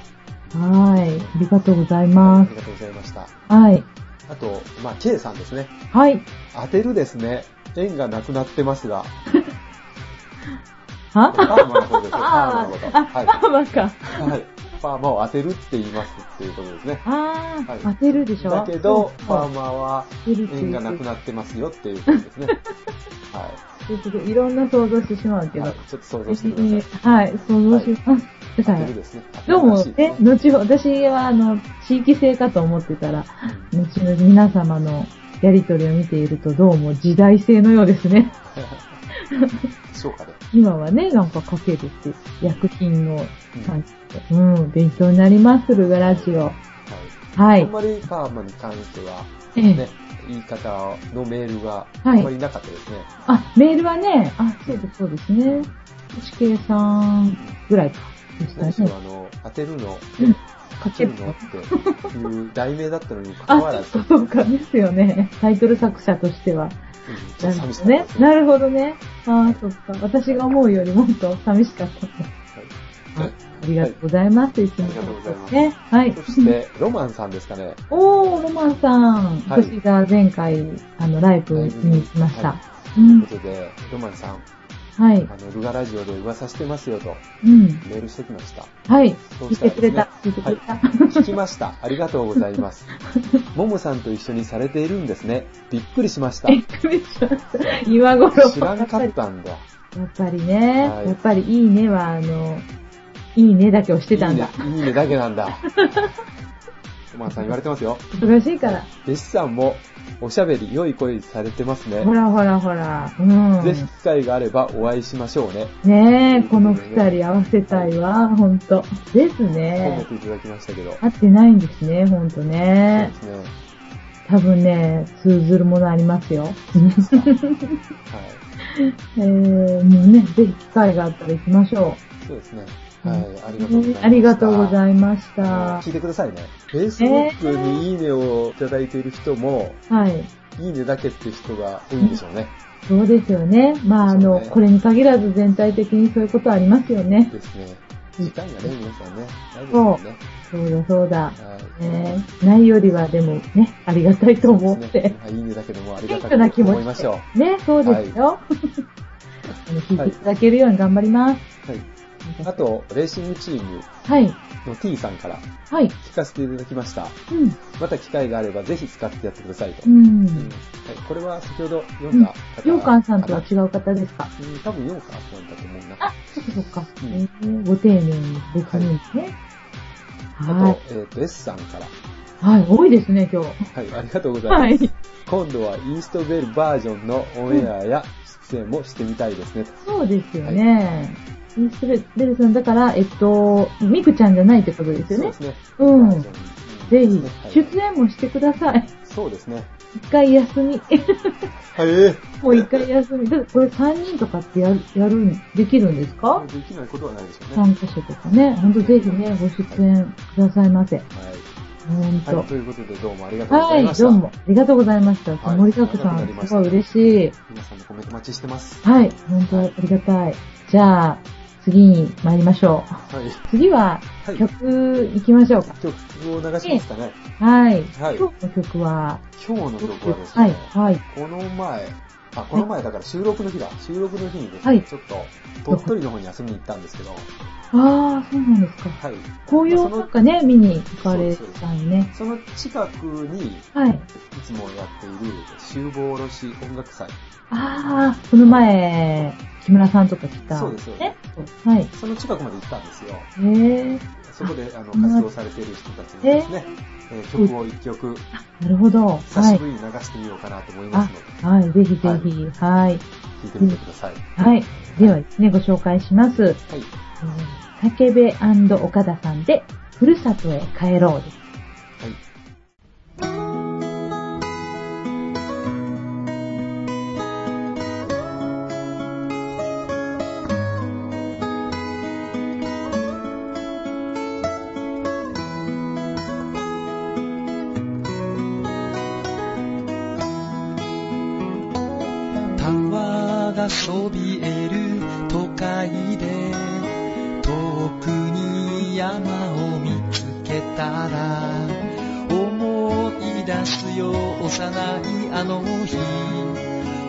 [SPEAKER 2] はい。ありがとうござい
[SPEAKER 1] あ
[SPEAKER 2] ま
[SPEAKER 1] り
[SPEAKER 2] す。
[SPEAKER 1] がとうございました。
[SPEAKER 2] はい。
[SPEAKER 1] あと、まあ、K さんですね。
[SPEAKER 2] はい。
[SPEAKER 1] 当てるですね。縁がなくなってますが。
[SPEAKER 2] は
[SPEAKER 1] パーマの方ですよ。パーマ
[SPEAKER 2] あ
[SPEAKER 1] のこと。
[SPEAKER 2] あ、
[SPEAKER 1] はい。
[SPEAKER 2] あ、バカ。
[SPEAKER 1] はい。パーマを当てるって言いますっていうことですね。
[SPEAKER 2] あ
[SPEAKER 1] はい
[SPEAKER 2] ー、当てるでしょ
[SPEAKER 1] だけど、パー
[SPEAKER 2] あ、
[SPEAKER 1] マは
[SPEAKER 2] 当てるってい
[SPEAKER 1] 縁
[SPEAKER 2] う
[SPEAKER 1] がなくなってますよっていうことですね。は
[SPEAKER 2] そういろんな想像してしまう
[SPEAKER 1] い。
[SPEAKER 2] けど
[SPEAKER 1] はい。ちょっと想像してください。
[SPEAKER 2] はい、想像します。だか
[SPEAKER 1] 当て
[SPEAKER 2] ら
[SPEAKER 1] る、ですね。
[SPEAKER 2] どうも
[SPEAKER 1] 当てる
[SPEAKER 2] ね
[SPEAKER 1] らし、いです
[SPEAKER 2] 後ほど、私はあの、地域性かと思ってたら、
[SPEAKER 1] うん
[SPEAKER 2] 後々皆様のやりとりを見ていると、どうも時代性のようですね。
[SPEAKER 1] そうかね。
[SPEAKER 2] 今はね、なんかかけるって、薬品の感じで。うん、勉強になります、ルガラジオ。は
[SPEAKER 1] はい。あ
[SPEAKER 2] い
[SPEAKER 1] ん。まりパーマに関しては、
[SPEAKER 2] え
[SPEAKER 1] ね
[SPEAKER 2] え。、
[SPEAKER 1] 言い方のメールがあ
[SPEAKER 2] はい
[SPEAKER 1] んまりなかったですね。
[SPEAKER 2] あ、メールはね、あ、そうです、そうですね。星系さんぐらいか。でした
[SPEAKER 1] 何しろ
[SPEAKER 2] ね。
[SPEAKER 1] あの、当てるの、
[SPEAKER 2] うん
[SPEAKER 1] かけるのっていう題名だったのに関わら
[SPEAKER 2] あ、
[SPEAKER 1] ず、
[SPEAKER 2] そううそうかですよね。タイトル作者としては。
[SPEAKER 1] んちょ
[SPEAKER 2] な
[SPEAKER 1] っ
[SPEAKER 2] る
[SPEAKER 1] と寂し
[SPEAKER 2] ほ
[SPEAKER 1] かったで
[SPEAKER 2] どね
[SPEAKER 1] す。ね。
[SPEAKER 2] なるほどね。ああ、そっか。私が思うよりもっと寂しかった。
[SPEAKER 1] は
[SPEAKER 2] あ
[SPEAKER 1] い
[SPEAKER 2] ありがとうございます。いつも。
[SPEAKER 1] ありがとうございます
[SPEAKER 2] ね。はい
[SPEAKER 1] そ。して、ロマンさんですかね。
[SPEAKER 2] おー、ロマンさん。
[SPEAKER 1] はい
[SPEAKER 2] 私が前回、あの、ライブに行きました。
[SPEAKER 1] は
[SPEAKER 2] う
[SPEAKER 1] い
[SPEAKER 2] ん。
[SPEAKER 1] ということで、ロマンさん、
[SPEAKER 2] はい
[SPEAKER 1] あ。の、ルガラジオで噂してますよと
[SPEAKER 2] うん。
[SPEAKER 1] メールしてきました。
[SPEAKER 2] はい。
[SPEAKER 1] そう
[SPEAKER 2] 聞い
[SPEAKER 1] した
[SPEAKER 2] て
[SPEAKER 1] ら
[SPEAKER 2] く
[SPEAKER 1] ですね
[SPEAKER 2] れた。聞いてくれた。
[SPEAKER 1] 聞きました。ありがとうござい ます。ももさんと一緒にされているんですね。びっくりしました。
[SPEAKER 2] びっくりしました。今頃。
[SPEAKER 1] 知らなかったんだ。
[SPEAKER 2] やっぱりね、
[SPEAKER 1] はい
[SPEAKER 2] やっぱりいいねは、あの、いいねだけをしてたんだ。
[SPEAKER 1] いいねいいねだけ なんだ。ロマンさん言われてますよ。
[SPEAKER 2] 忙しいから。
[SPEAKER 1] 弟子さんもおしゃべり良い声されてますね
[SPEAKER 2] ほ。らほらほら。うん。
[SPEAKER 1] ぜひ機会があればお会いしましょうね。
[SPEAKER 2] ねえ、この二人合わせたいわ、ほんと。です
[SPEAKER 1] 褒め
[SPEAKER 2] ね。
[SPEAKER 1] ていただきましたけど。
[SPEAKER 2] 合ってないんですね、ほんとね。
[SPEAKER 1] そうで
[SPEAKER 2] 多分ね、通ずるものありますよ。
[SPEAKER 1] すね。はい。
[SPEAKER 2] えー、もうね、ぜひ機会があったら行きましょ
[SPEAKER 1] そうですね。
[SPEAKER 2] う。
[SPEAKER 1] はい。ありがとうございました。い
[SPEAKER 2] ありがとうございました。
[SPEAKER 1] 聞いてくださいね。Facebook にいいねをいただいている人も、
[SPEAKER 2] はい。
[SPEAKER 1] いいねだけっていう人が多いんでしょうね。
[SPEAKER 2] そうですよね。まあ、あ
[SPEAKER 1] そう
[SPEAKER 2] の、
[SPEAKER 1] ね
[SPEAKER 2] これに限らず全体的にそういうことありますよね。
[SPEAKER 1] ですね。時間がね、皆さんね、ないです
[SPEAKER 2] そ
[SPEAKER 1] よ
[SPEAKER 2] う
[SPEAKER 1] ね。
[SPEAKER 2] そうだそうだ。
[SPEAKER 1] はい。
[SPEAKER 2] ねないよりはでもね、ありがたいと思
[SPEAKER 1] そう
[SPEAKER 2] っ
[SPEAKER 1] です
[SPEAKER 2] て
[SPEAKER 1] ね。はいいいねだけどもあり
[SPEAKER 2] 謙
[SPEAKER 1] が
[SPEAKER 2] 虚な
[SPEAKER 1] た
[SPEAKER 2] 気
[SPEAKER 1] く
[SPEAKER 2] 持ち
[SPEAKER 1] 思いましょう。
[SPEAKER 2] でね、そうですよ。 あの聞いていただけるように頑張ります。
[SPEAKER 1] はい。あと、レーシングチーム
[SPEAKER 2] はい。
[SPEAKER 1] の T さんから
[SPEAKER 2] はい。
[SPEAKER 1] 聞かせていただきました。
[SPEAKER 2] うん。
[SPEAKER 1] また機会があればぜひ使ってやってくださいと。
[SPEAKER 2] う
[SPEAKER 1] うん
[SPEAKER 2] ん
[SPEAKER 1] は。い、これは先ほど読
[SPEAKER 2] うん
[SPEAKER 1] だ
[SPEAKER 2] ん
[SPEAKER 1] 方、
[SPEAKER 2] ようかんさんとは
[SPEAKER 1] か
[SPEAKER 2] 違う方ですか
[SPEAKER 1] なうん多分ようかんなんだと思うな。
[SPEAKER 2] あ、そっかそっか。
[SPEAKER 1] うん
[SPEAKER 2] えーご丁寧に、別にね。は
[SPEAKER 1] あと、えっ、と、S さんから。
[SPEAKER 2] い。はい、多いですね、今日。
[SPEAKER 1] はい、ありがとうございます。
[SPEAKER 2] はい。
[SPEAKER 1] 今度はイーストベルバージョンのオンエアや出演もしてみたいですね。と
[SPEAKER 2] そうですよね。インスベベルさん、だから、えっと、ミクちゃんじゃないってことです
[SPEAKER 1] そ
[SPEAKER 2] よ
[SPEAKER 1] う
[SPEAKER 2] ね
[SPEAKER 1] で。すね。
[SPEAKER 2] うん
[SPEAKER 1] バージョン
[SPEAKER 2] ぜ
[SPEAKER 1] うん
[SPEAKER 2] ひ
[SPEAKER 1] ですね、はい
[SPEAKER 2] 出演もしてください。
[SPEAKER 1] そうですね。
[SPEAKER 2] 一回休み。
[SPEAKER 1] はい、え
[SPEAKER 2] もう一回休み。だってこれ3人とかってやる、やるん、できるんですか
[SPEAKER 1] できないことはないでしょうね。
[SPEAKER 2] 参加者とかね。ほんとぜひね、ご出演くださいませ。ほん
[SPEAKER 1] はい。はい、。
[SPEAKER 2] と
[SPEAKER 1] ということでどうもありがとうござ
[SPEAKER 2] はいい、
[SPEAKER 1] ました。
[SPEAKER 2] どうも。ありがとうございました。
[SPEAKER 1] はい
[SPEAKER 2] 森拓さ
[SPEAKER 1] 長くなり
[SPEAKER 2] ん、
[SPEAKER 1] ました
[SPEAKER 2] すごい嬉しい。
[SPEAKER 1] 皆さんのコメント待ちしてます。
[SPEAKER 2] はい、ほんとありがたい。じゃあ、次に参りましょう。
[SPEAKER 1] はい。
[SPEAKER 2] 次は
[SPEAKER 1] はい
[SPEAKER 2] 曲行きましょうか。
[SPEAKER 1] 曲を流しますかね。
[SPEAKER 2] はい。
[SPEAKER 1] はい
[SPEAKER 2] 今日の曲は、
[SPEAKER 1] 今日の曲はですね、
[SPEAKER 2] はい、はい。
[SPEAKER 1] この前、あ、この前だから収録の日だ。収録の日にですね、
[SPEAKER 2] はい
[SPEAKER 1] ちょっと鳥取の方に遊びに行ったんですけど、は
[SPEAKER 2] ああ、そうなんですか。
[SPEAKER 1] い。
[SPEAKER 2] 紅葉なんかね、見に行かれたんね。
[SPEAKER 1] その近くに、い
[SPEAKER 2] はい。
[SPEAKER 1] つもやっている、集合卸し音楽祭。
[SPEAKER 2] ああ、この前、木村さんとか来た。
[SPEAKER 1] そうですそう
[SPEAKER 2] ね
[SPEAKER 1] で。
[SPEAKER 2] はい。
[SPEAKER 1] その近くまで行ったんですよ。
[SPEAKER 2] へえ、
[SPEAKER 1] そこで、あの、
[SPEAKER 2] うん
[SPEAKER 1] 活動されている人たちにですね、えー曲を一曲、
[SPEAKER 2] なるほど。
[SPEAKER 1] 久
[SPEAKER 2] は
[SPEAKER 1] し
[SPEAKER 2] い
[SPEAKER 1] ぶ。りに流してみようかなと思いますので、
[SPEAKER 2] はい、ぜひぜひ。はい。
[SPEAKER 1] 聴いてみてください。
[SPEAKER 2] はい。ではですね、ご紹介します。
[SPEAKER 1] はい。
[SPEAKER 2] えー竹部岡田さんで、ふるさとへ帰ろうで
[SPEAKER 1] はい。
[SPEAKER 2] す。
[SPEAKER 3] タワーがそびえる都会で遠くに山を見つけたら思い出すよ幼いあの日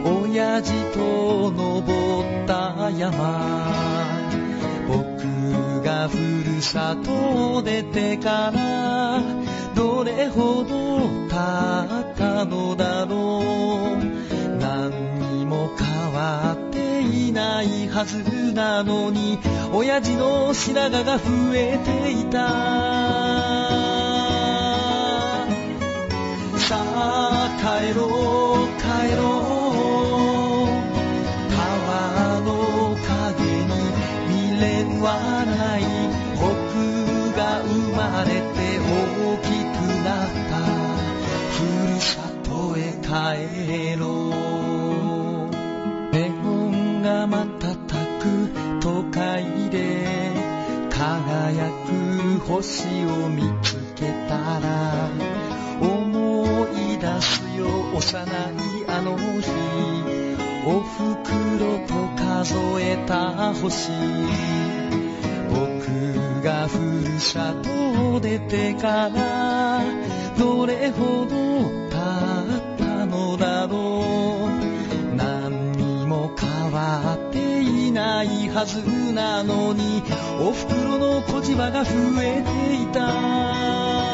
[SPEAKER 3] 親父と登った山僕がふるさとを出てからどれほど経ったのだろう何にも変わっていないはずなのに親父の白髪が増えていたさあ帰ろう帰ろう川の影に未練はない僕が生まれて大きくなったふるさとへ帰ろうネオンが瞬く都会で輝く星を見つけたら思い出すよ幼いあの日お袋と数えた星僕がふるさとを出てからどれほど経ったのだろう何にも変わっていないはずなのにお袋の小じわが増えていた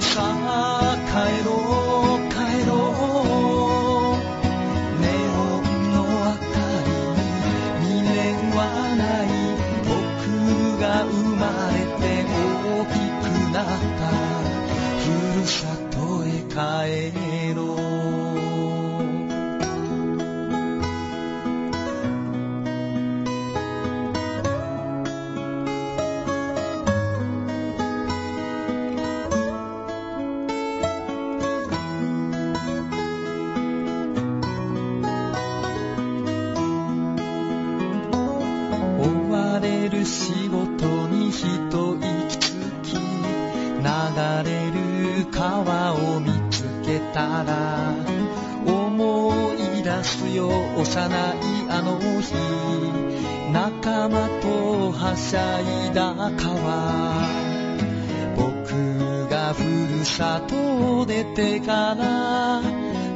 [SPEAKER 3] さあ帰ろう帰ろうネオンの明かりに未練はない僕が生まれて大きくなったふるさとへ帰ろう追われる仕事に一息つき流れる川を見つけたら思い出すよ幼いあの日仲間とはしゃいだ川僕がふるさとを出てから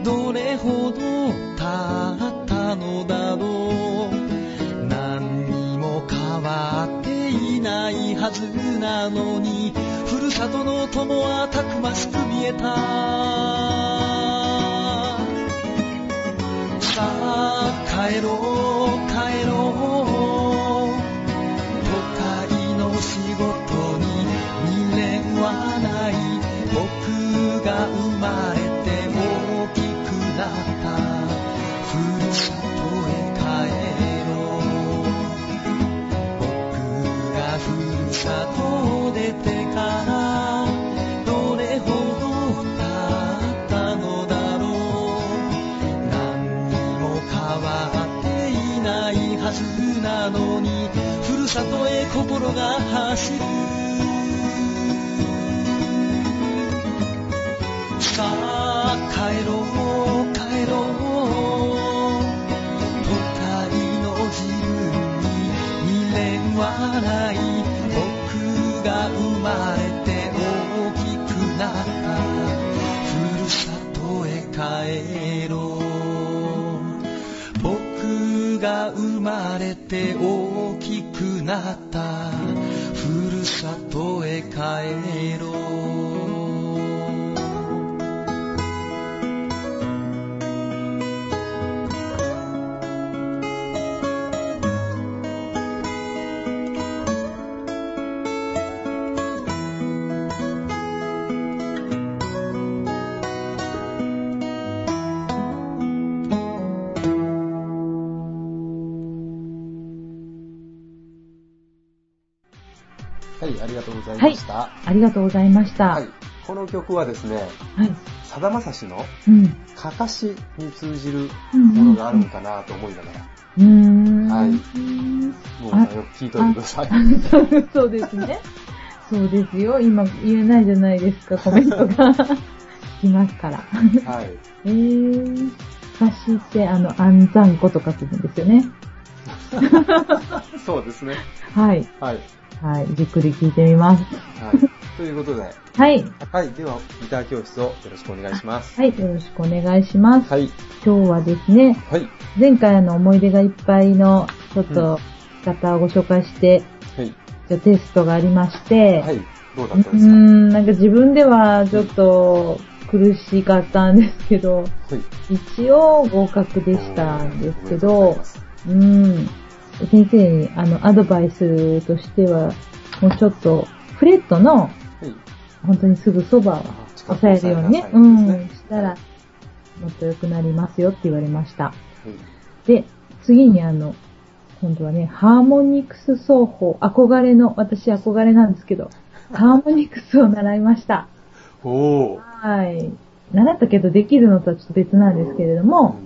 [SPEAKER 3] どれほど経ったのだろう何にも変わっていないはずなのにふるさとの友はたくましく見えたさあ帰ろう帰ろう都会の仕事に未練はない僕が生まれて大きくなったふるさとへ帰ろう僕がふるさとを出てからどれほど経ったのだろう何にも変わっていないはずなのにふるさとへ心が走るさあ帰ろう帰ろう都会のえて大きくなったふるさとへ帰ろう僕が生まれて大きくなったふるさとへ帰ろう
[SPEAKER 1] はい、ありがとうございました。は
[SPEAKER 2] ありがとうございました。
[SPEAKER 1] い。
[SPEAKER 2] はい。
[SPEAKER 1] この曲はですね、さだまさしの
[SPEAKER 2] うん。う
[SPEAKER 1] かかしに通じるものがあるのかなと思いながら、
[SPEAKER 2] ーん。
[SPEAKER 1] はいもうさん
[SPEAKER 2] あ
[SPEAKER 1] よく聞いといてください。
[SPEAKER 2] そう そうですね。そうですよ。今言えないじゃないですか、コメン トが。来ますから。
[SPEAKER 1] はい。
[SPEAKER 2] えー、歌詞って、あの、暗算語と書くんですよね。
[SPEAKER 1] そうですね。
[SPEAKER 2] はい。
[SPEAKER 1] はい。
[SPEAKER 2] はい。じっくり聞いてみます。
[SPEAKER 1] はい。ということで、
[SPEAKER 2] はい。
[SPEAKER 1] はい。では、ギター教室をよろしくお願いします。
[SPEAKER 2] はい。よろしくお願いします。
[SPEAKER 1] はい。
[SPEAKER 2] 今日はですね、
[SPEAKER 1] はい。
[SPEAKER 2] 前回あの思い出がいっぱいの、ちょっ
[SPEAKER 1] う
[SPEAKER 2] と、方をご紹介して、
[SPEAKER 1] はい。
[SPEAKER 2] ちょテストがありまして、
[SPEAKER 1] はい。どうだ
[SPEAKER 2] う
[SPEAKER 1] った
[SPEAKER 2] ー
[SPEAKER 1] ですか
[SPEAKER 2] ん、なんか自分ではちょっと苦しかったんですけど、
[SPEAKER 1] はい。
[SPEAKER 2] 一応合格でしたんです
[SPEAKER 1] お
[SPEAKER 2] け
[SPEAKER 1] めでとうご
[SPEAKER 2] ど
[SPEAKER 1] ざいま、す
[SPEAKER 2] うん、先生にあのアドバイスとしては、もうちょっとフレットの
[SPEAKER 1] はい。
[SPEAKER 2] 本当にすぐそばを
[SPEAKER 1] あ近く
[SPEAKER 2] 押さえるようにね
[SPEAKER 1] 押、さえ
[SPEAKER 2] う
[SPEAKER 1] なさいですね
[SPEAKER 2] ん、したら、もっと良くなりますよって言われました。
[SPEAKER 1] はい
[SPEAKER 2] で、次にあの、今度はね、ハーモニクス奏法、憧れの、私憧れなんですけど、ハーモニクスを習いました。
[SPEAKER 1] おー。
[SPEAKER 2] はい。習ったけどできるのとはちょっと別なんですけれども、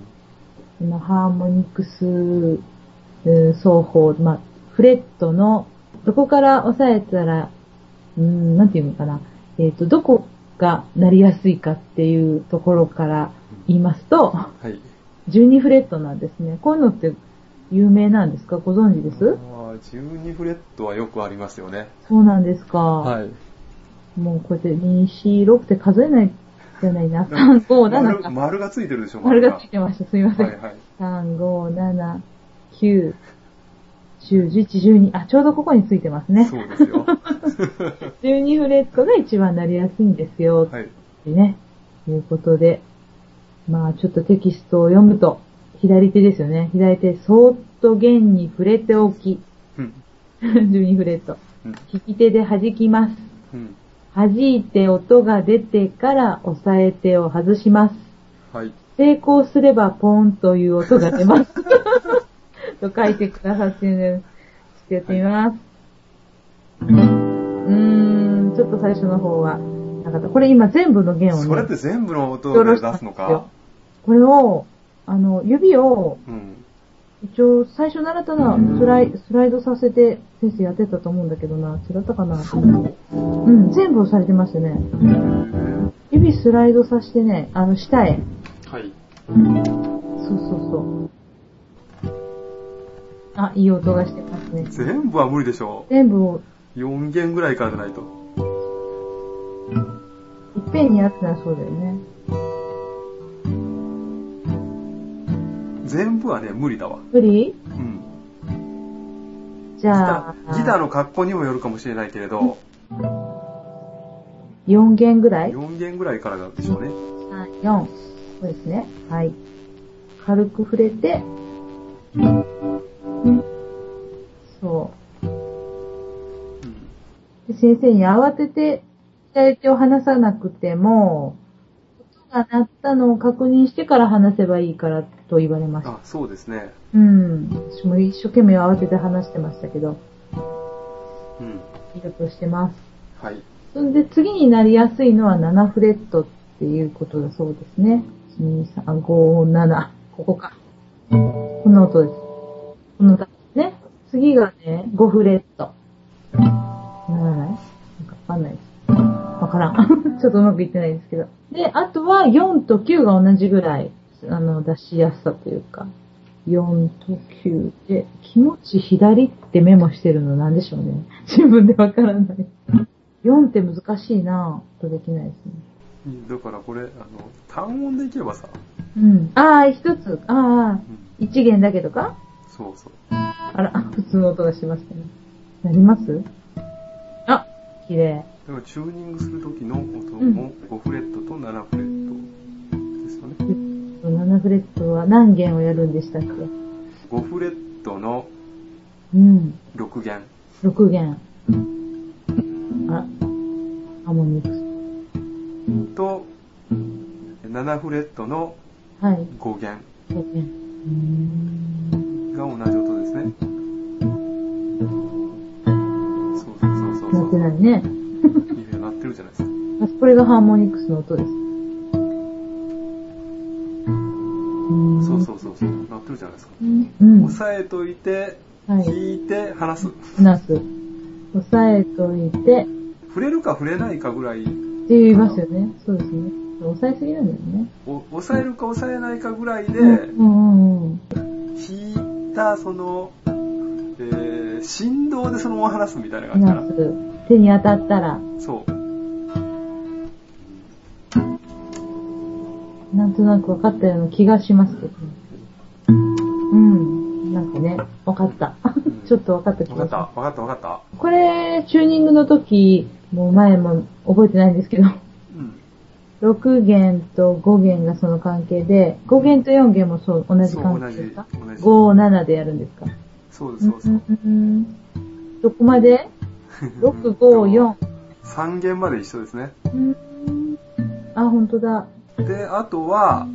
[SPEAKER 2] そのハーモニクスうん奏法、まあ、フレットの、どこから押さえたら、うん、なんていうのかな、えっ、と、どこがなりやすいかっていうところから言いますと、
[SPEAKER 1] はい。
[SPEAKER 2] 12フレットなんですね。こういうのって有名なんですかご存知です、
[SPEAKER 1] あー12フレットはよくありますよね。
[SPEAKER 2] そうなんですか、
[SPEAKER 1] はい。
[SPEAKER 2] もうこうやって2、4、6って数えないじゃないな。3、5、7
[SPEAKER 1] 丸
[SPEAKER 2] か。
[SPEAKER 1] 丸がついてるでしょ、
[SPEAKER 2] 丸がついてました。すいません。
[SPEAKER 1] はいはい。
[SPEAKER 2] 3、5、7、9、10、11、12。あ、ちょうどここについてますね。
[SPEAKER 1] そうですよ。
[SPEAKER 2] 12フレットが一番なりやすいんですよ。
[SPEAKER 1] はい。
[SPEAKER 2] ってね。ということで。まあ、ちょっとテキストを読むと、左手ですよね。左手、そーっと弦に触れておき。
[SPEAKER 1] うん。
[SPEAKER 2] 12フレット。
[SPEAKER 1] うん
[SPEAKER 2] 利き手で弾きます。
[SPEAKER 1] うん。
[SPEAKER 2] 弾いて音が出てから押さえ手を外します。
[SPEAKER 1] はい。
[SPEAKER 2] 成功すればポーンという音が出 ます。と書いてくださってるので、ちょっとやってみます。うーん、ちょっと最初の方はなかった。これ今全部の弦をね、
[SPEAKER 1] それって全部の音で出すの
[SPEAKER 2] よろしくなんですよ
[SPEAKER 1] か
[SPEAKER 2] これを、あの、指を、
[SPEAKER 1] うん。
[SPEAKER 2] 一応最初習ったのはスライスライドさせて先生やってたと思うんだけどな、違ったかな。うん、全部押されてましたね。指スライドさせてね、あの、下へ。
[SPEAKER 1] はい。
[SPEAKER 2] そうそうそう。あ、いい音がしてますね。
[SPEAKER 1] 全部は無理でしょ
[SPEAKER 2] 全部を
[SPEAKER 1] う。4弦ぐらいからじゃないと。
[SPEAKER 2] いっぺんにやってたらそうだよね。
[SPEAKER 1] 全部はね、無理だわ。
[SPEAKER 2] 無
[SPEAKER 1] う
[SPEAKER 2] 理
[SPEAKER 1] ん。
[SPEAKER 2] じ
[SPEAKER 1] ギ
[SPEAKER 2] ゃ
[SPEAKER 1] タ
[SPEAKER 2] あ、
[SPEAKER 1] ーギターの格好にもよるかもしれないけれど、
[SPEAKER 2] 4弦ぐらい
[SPEAKER 1] 4弦ぐらいからなんでしょうね。
[SPEAKER 2] ?4。そうですね。はい。軽く触れて、そ
[SPEAKER 1] うん。
[SPEAKER 2] う。で先生に慌てて左手を離さなくても、音が鳴ったのを確認してから離せばいいからと言われました。
[SPEAKER 1] あ、そうですね。
[SPEAKER 2] うん。私も一生懸命慌てて話してましたけど、
[SPEAKER 1] うん。
[SPEAKER 2] いいことしてます。
[SPEAKER 1] はい。
[SPEAKER 2] そんで次になりやすいのは7フレットっていうことだそうですね。1、2、3、5、7。ここか。この音です。この音ですね。次がね、5フレット。ならないなんかわかんないです。わからん。 ちょっとうまくいってないですけど。で、あとは4と9が同じぐらい、あの、出しやすさというか。4と9で、気持ち左ってメモしてるのなんでしょうね。自分でわからない。 4って難しいなぁ。とできないですね。
[SPEAKER 4] うんだからこれ、あの、単音でいけばさ、
[SPEAKER 2] うん。ああ、一つ。ああ、
[SPEAKER 4] うん、
[SPEAKER 2] 一弦だけとか
[SPEAKER 4] そうそう。
[SPEAKER 2] あら、普通の音がしましたね。なりますあ、綺麗。
[SPEAKER 4] だからチューニングする時の音
[SPEAKER 2] うん
[SPEAKER 4] も5フレットと7フレットですよね。
[SPEAKER 2] 7フレットは何弦をやるんでしたっけ
[SPEAKER 4] 5フレットの
[SPEAKER 2] うん。
[SPEAKER 4] 6弦。
[SPEAKER 2] 6弦。あ、ハーモニクス。
[SPEAKER 4] と、7フレットの
[SPEAKER 2] はい、
[SPEAKER 4] 5弦
[SPEAKER 2] 5弦。うーん。
[SPEAKER 4] が同じ音ですね。そうそうそうそうそ
[SPEAKER 2] なっ
[SPEAKER 4] う。
[SPEAKER 2] てないね。
[SPEAKER 4] いや、鳴ってるじゃないですか。
[SPEAKER 2] あこれがハーモニクスの音です。うん
[SPEAKER 4] そうそうそうそう。鳴ってるじゃないですか。
[SPEAKER 2] うん。うん。
[SPEAKER 4] 押さえといて、
[SPEAKER 2] はい。
[SPEAKER 4] 弾いて、離す。
[SPEAKER 2] ナス。押さえといて、
[SPEAKER 4] 触れるか触れないかぐらい、
[SPEAKER 2] って言いますよね。そうですね。押さえすぎなんだよね。
[SPEAKER 4] お押さえるか押さえないかぐらいで、
[SPEAKER 2] うんうんうん。
[SPEAKER 4] 弾いたその、えー、振動でそのまま離すみたいな感じか
[SPEAKER 2] ナ
[SPEAKER 4] な。
[SPEAKER 2] ス。手に当たったら、
[SPEAKER 4] そう。
[SPEAKER 2] なんとなく分かったような気がしますけどね。うん。なんかね、分かった。ちょっと分かった気
[SPEAKER 4] わか
[SPEAKER 2] が
[SPEAKER 4] っ
[SPEAKER 2] したま
[SPEAKER 4] わかったわかった。
[SPEAKER 2] す。これ、チューニングの時、もう前も覚えてないんですけど、
[SPEAKER 4] うん。
[SPEAKER 2] 6弦と5弦がその関係で、5弦と4弦もそう、同じ
[SPEAKER 4] そう、
[SPEAKER 2] 関
[SPEAKER 4] 同
[SPEAKER 2] 係
[SPEAKER 4] じ
[SPEAKER 2] ですか、
[SPEAKER 4] 同じ。
[SPEAKER 2] ?5、7でやるんですか
[SPEAKER 4] そうです、そうです。
[SPEAKER 2] うんうんうんどこま で ?6、5、
[SPEAKER 4] 3弦まで一緒ですね。
[SPEAKER 2] 4。うんあ、ほんとだ。
[SPEAKER 4] で、あとは、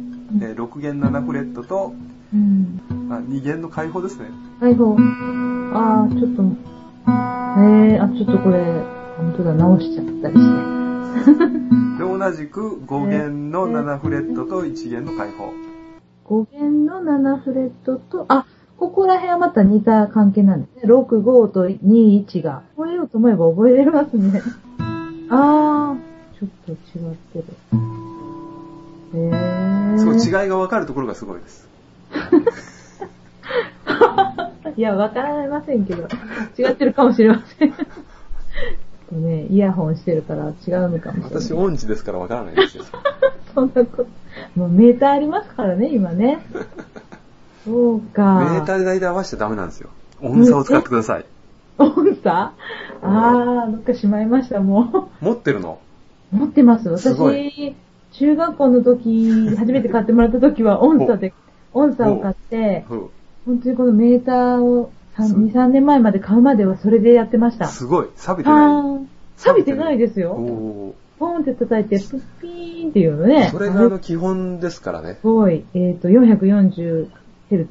[SPEAKER 4] えー6弦7フレットと、
[SPEAKER 2] うん。
[SPEAKER 4] あ2弦の解放ですね。
[SPEAKER 2] はい、ほう。あー、ちょっと、えー、あ、ちょっとこれ、本当だ、直しちゃったりして。
[SPEAKER 4] で、同じく5弦の7フレットと1弦の解放。
[SPEAKER 2] 5弦の7フレットと、あ、ここら辺はまた似た関係なんですね。6、5と2、1が。覚えようと思えば覚えれますね。 あー、ちょっと違ってる。えー。
[SPEAKER 4] そう、違いが分かるところがすごいです。
[SPEAKER 2] いや、わからませんけど、違ってるかもしれません。ちょっとね、イヤホンしてるから違うのかもしれない。
[SPEAKER 1] 私、音痴ですからわからないですよ。
[SPEAKER 2] そんなこと。もうメーターありますからね、今ね。そうか。
[SPEAKER 1] メーターで大体合わせちゃダメなんですよ。音差を使ってください。
[SPEAKER 2] 音差あー、どっかしまいました、も
[SPEAKER 1] 持ってるの
[SPEAKER 2] う。持ってます。
[SPEAKER 1] すごい
[SPEAKER 2] 私、中学校の時、初めて買ってもらった時は音差で、音差を買って、
[SPEAKER 1] うん。
[SPEAKER 2] 本当にこのメーターを2、3年前まで買うまではそれでやってました。
[SPEAKER 1] すごい。錆びてない。
[SPEAKER 2] あー、錆びてないですよ。
[SPEAKER 1] お
[SPEAKER 2] ポンって叩いて、プッピーンっていうのね。
[SPEAKER 1] ーそれがあ
[SPEAKER 2] あ
[SPEAKER 1] の基本ですからね
[SPEAKER 2] す。ごい。えっ、と、440Hz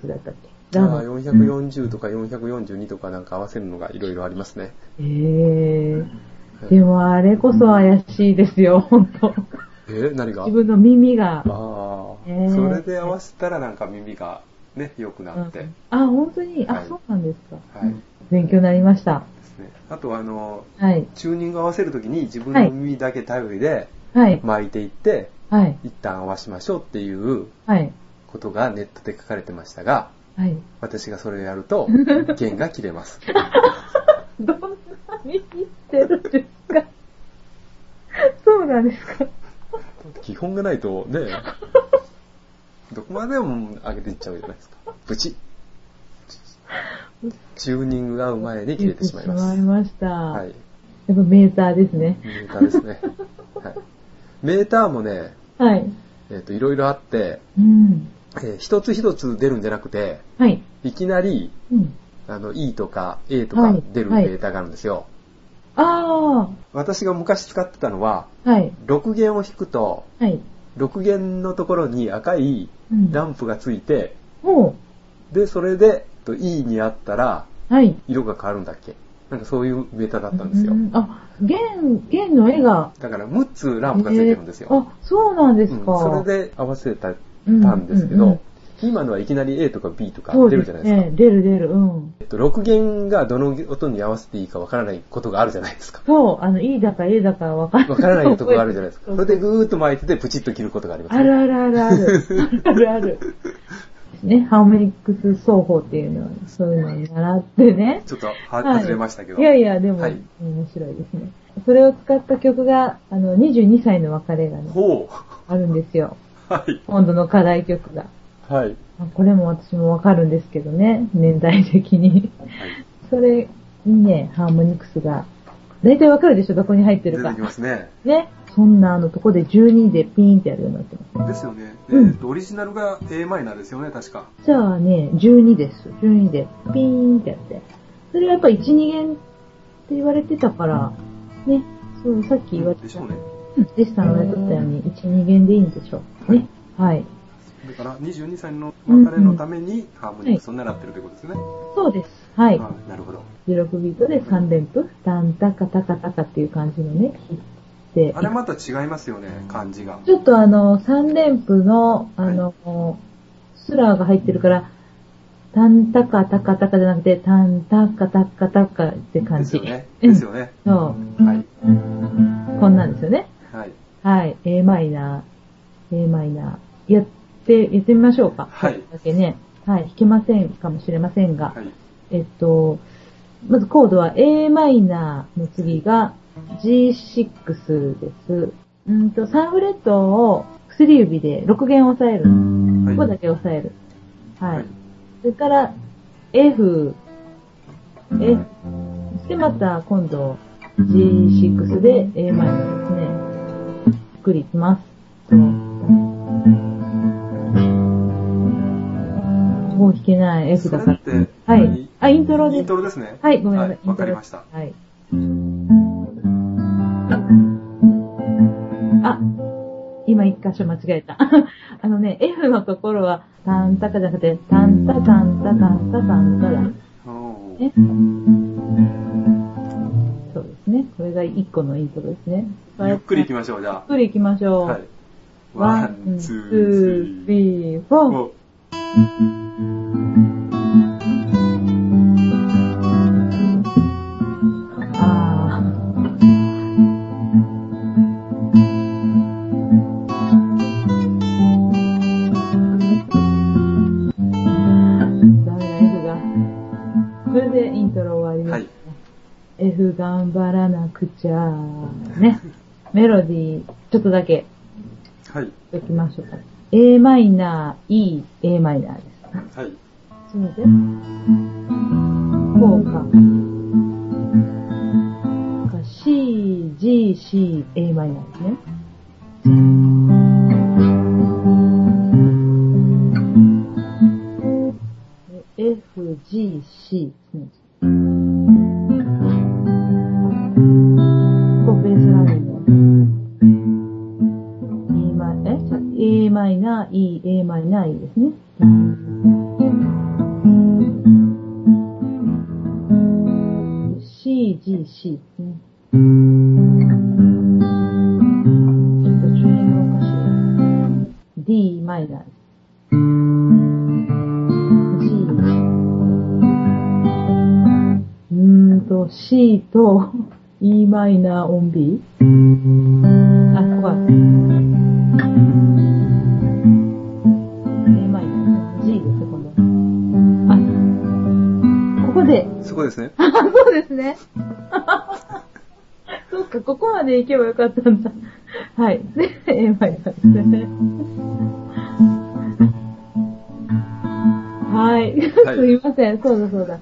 [SPEAKER 2] だったっけ
[SPEAKER 1] あ
[SPEAKER 2] ラ
[SPEAKER 1] あ
[SPEAKER 2] ム。
[SPEAKER 1] 440とか442とかなんか合わせるのがいろいろありますね。
[SPEAKER 2] えー、でも、あれこそ怪しいですよ、ほんと。
[SPEAKER 1] えー何が
[SPEAKER 2] 自分の耳が。
[SPEAKER 1] ああ、
[SPEAKER 2] えー
[SPEAKER 1] それで合わせたらなんか耳がね、良くなって。
[SPEAKER 2] うんあ、本当に、
[SPEAKER 1] は
[SPEAKER 2] あ、
[SPEAKER 1] い
[SPEAKER 2] そうなんですか。
[SPEAKER 1] はい。
[SPEAKER 2] 勉強になりました。
[SPEAKER 1] ですね。あとあの、
[SPEAKER 2] はい。
[SPEAKER 1] チューニング合わせるときに自分の耳だけ頼りで
[SPEAKER 2] はい。
[SPEAKER 1] 巻いていって、
[SPEAKER 2] はい。
[SPEAKER 1] 一旦合わしましょうっていう
[SPEAKER 2] はい。
[SPEAKER 1] ことがネットで書かれてましたが、
[SPEAKER 2] はい。
[SPEAKER 1] 私がそれをやる と、弦が切れます。
[SPEAKER 2] どんな耳してるんですかそうなんですか
[SPEAKER 1] 基本がないと ね、どこまでも上げていっちゃうじゃないですか。ブチッチューニングが合う前に切れてしまいま
[SPEAKER 2] 消えて
[SPEAKER 1] す
[SPEAKER 2] し。まいました。
[SPEAKER 1] はい。
[SPEAKER 2] やっぱメーターですね。
[SPEAKER 1] メーターですね。はい。メーターもね、
[SPEAKER 2] はい。
[SPEAKER 1] えっ、と、いろいろあって、
[SPEAKER 2] うん。
[SPEAKER 1] えー一つ一つ出るんじゃなくて、
[SPEAKER 2] はい。
[SPEAKER 1] いきなり、
[SPEAKER 2] うん。
[SPEAKER 1] あの、E とか A とか
[SPEAKER 2] はい
[SPEAKER 1] 出る
[SPEAKER 2] はい
[SPEAKER 1] データがあるんですよ。
[SPEAKER 2] あ
[SPEAKER 1] 私が昔使ってたのは、
[SPEAKER 2] あ、はい、
[SPEAKER 1] 6弦を弾くと、
[SPEAKER 2] はい。
[SPEAKER 1] 6弦のところに赤い
[SPEAKER 2] うん
[SPEAKER 1] ランプがついて、
[SPEAKER 2] も
[SPEAKER 1] で、それで、と E にあったら、
[SPEAKER 2] う、はい。
[SPEAKER 1] 色が変わるんだっけなんかそういうメーターだったんですよ
[SPEAKER 2] う。んあ、弦、弦の絵が。
[SPEAKER 1] だから6つランプがついてるんですよ。
[SPEAKER 2] えーあ、そうなんです
[SPEAKER 1] うん
[SPEAKER 2] か。
[SPEAKER 1] それで合わせたたんですけ
[SPEAKER 2] うんうんうん
[SPEAKER 1] ど、今のはいきなり A とか B とか
[SPEAKER 2] そう
[SPEAKER 1] 出
[SPEAKER 2] で
[SPEAKER 1] るじ
[SPEAKER 2] す
[SPEAKER 1] ゃないですか。
[SPEAKER 2] ね。出る出る、うん。。
[SPEAKER 1] えっと6弦がどの音に合わせていいかわからないことがあるじゃないですか
[SPEAKER 2] そう、あの、いいだか A だかわかんない。
[SPEAKER 1] わからないとこがあるじゃないですか。
[SPEAKER 2] そ う
[SPEAKER 1] それでぐーっと巻いててプチッと切ることがあります
[SPEAKER 2] あ
[SPEAKER 1] ね。
[SPEAKER 2] るあるあるある。あるある。ですね。ハーモニックス奏法っていうのは、そういうのを習ってね。
[SPEAKER 4] ちょっとは、
[SPEAKER 2] はい
[SPEAKER 4] 外れましたけど。
[SPEAKER 2] いやいや、でも、
[SPEAKER 4] はい
[SPEAKER 2] 面白いですね。それを使った曲が、あの、22歳の別れがね、
[SPEAKER 4] ほう。
[SPEAKER 2] あるんですよ。
[SPEAKER 4] はい。
[SPEAKER 2] 今度の課題曲が。
[SPEAKER 1] はい。
[SPEAKER 2] あこれも私もわかるんですけどね、年代的に。 それにね、ハーモニクスが、だいたいわかるでしょ、どこに入って
[SPEAKER 4] 出
[SPEAKER 2] る
[SPEAKER 4] て
[SPEAKER 2] か
[SPEAKER 4] き。ますね。
[SPEAKER 2] ね。そんなあのとこで12でピーンってやるようになってます。
[SPEAKER 4] ですよね。え
[SPEAKER 2] うん
[SPEAKER 4] ーとオリジナルが A マイナーですよね、確か。
[SPEAKER 2] じゃあね、12です。12でピーンってやって。それはやっぱ1、2弦って言われてたから、ね。そう、さっき言われ
[SPEAKER 4] でしてょ
[SPEAKER 2] た
[SPEAKER 4] う。ね。
[SPEAKER 2] デスタの言ったように、1、2弦でいいんでしょう。ね。はい。
[SPEAKER 4] だから、22歳の別れのためにハーモニクスを習ってるということですね。
[SPEAKER 2] そうです。はい。
[SPEAKER 4] あなるほど。
[SPEAKER 2] 16ビートで3連符。タンタカタカタカっていう感じのね、切って。
[SPEAKER 4] あれまた違いますよね、感じが。
[SPEAKER 2] ちょっとあの、3連符の、あの、スラーが入ってるから、タンタカタカタカじゃなくて、タンタカタカタカって感
[SPEAKER 4] で
[SPEAKER 2] じ。
[SPEAKER 4] すよね。ですよね。
[SPEAKER 2] そう。
[SPEAKER 4] はい。
[SPEAKER 2] こんなんですよね。
[SPEAKER 4] はい。
[SPEAKER 2] はい。a マイナー、a マイナー。やって、やってみましょうか。
[SPEAKER 4] はい
[SPEAKER 2] だけね。はい。弾けませんかもしれませんが。
[SPEAKER 4] はい。
[SPEAKER 2] えっと、まずコードは a マイナーの次が G6 です。うんと、3フレットを薬指で6弦押さえる。
[SPEAKER 4] はい
[SPEAKER 2] ここだけ押さえる。はい。
[SPEAKER 4] はい
[SPEAKER 2] それから、F、F、そしてまた今度、G6 で a マイナーですね。ゆっくりいきます。もう弾けない、F
[SPEAKER 4] そ
[SPEAKER 2] だ
[SPEAKER 4] れ
[SPEAKER 2] から
[SPEAKER 4] っ。て、
[SPEAKER 2] はい。あ、イントロです。
[SPEAKER 4] イントロですね。
[SPEAKER 2] はい、ごめんなさい。イントロ
[SPEAKER 4] わかりました。
[SPEAKER 2] はい。あ、今一箇所間違えた。 あのね、F のところは、タンタカじゃなくて、タンタタンタタンタタンタだ。
[SPEAKER 4] おー
[SPEAKER 2] ね。そうですね。これが一個のイントロですね。
[SPEAKER 4] ゆっくり行き
[SPEAKER 2] ましょう。
[SPEAKER 4] ましょう、じゃ
[SPEAKER 2] ゆっくり行きまし
[SPEAKER 4] あ。
[SPEAKER 2] ょう。
[SPEAKER 4] はい。
[SPEAKER 2] ワ
[SPEAKER 4] ワ
[SPEAKER 2] ン
[SPEAKER 4] ン、、
[SPEAKER 2] ツ
[SPEAKER 4] ツー、ス
[SPEAKER 2] ー、ス
[SPEAKER 4] リー。
[SPEAKER 2] リー、フォー。
[SPEAKER 4] お
[SPEAKER 2] あー。ダメだ、F が。それでイントロ終わります、F 頑張らなくちゃね。メロディー、ちょっとだけ、
[SPEAKER 4] はい。
[SPEAKER 2] いきましょうか。a マイナー、E、a マイナーです。
[SPEAKER 4] はい。
[SPEAKER 2] ちょっと待って。こうか。か C、G、C、a マイナーですね。で F、G、C ですね。こうベースラインの。E マイ、えちょ ?A マイナー、E、A マイナー、E ですね。C、G、C ですね。ちょっとチューニングがおかしい。D マイナーです。G。うーんと、C と E マイナーオン B? あ、ここは。A マイナー。G です、今度。あ、ここで、
[SPEAKER 4] そこですね。
[SPEAKER 2] あそうですね。 そっか、ここまで行けばよかったんだ。はい。 で、A マイナーですね。は
[SPEAKER 4] は
[SPEAKER 2] い。
[SPEAKER 4] い
[SPEAKER 2] すいません。そうだそうだ。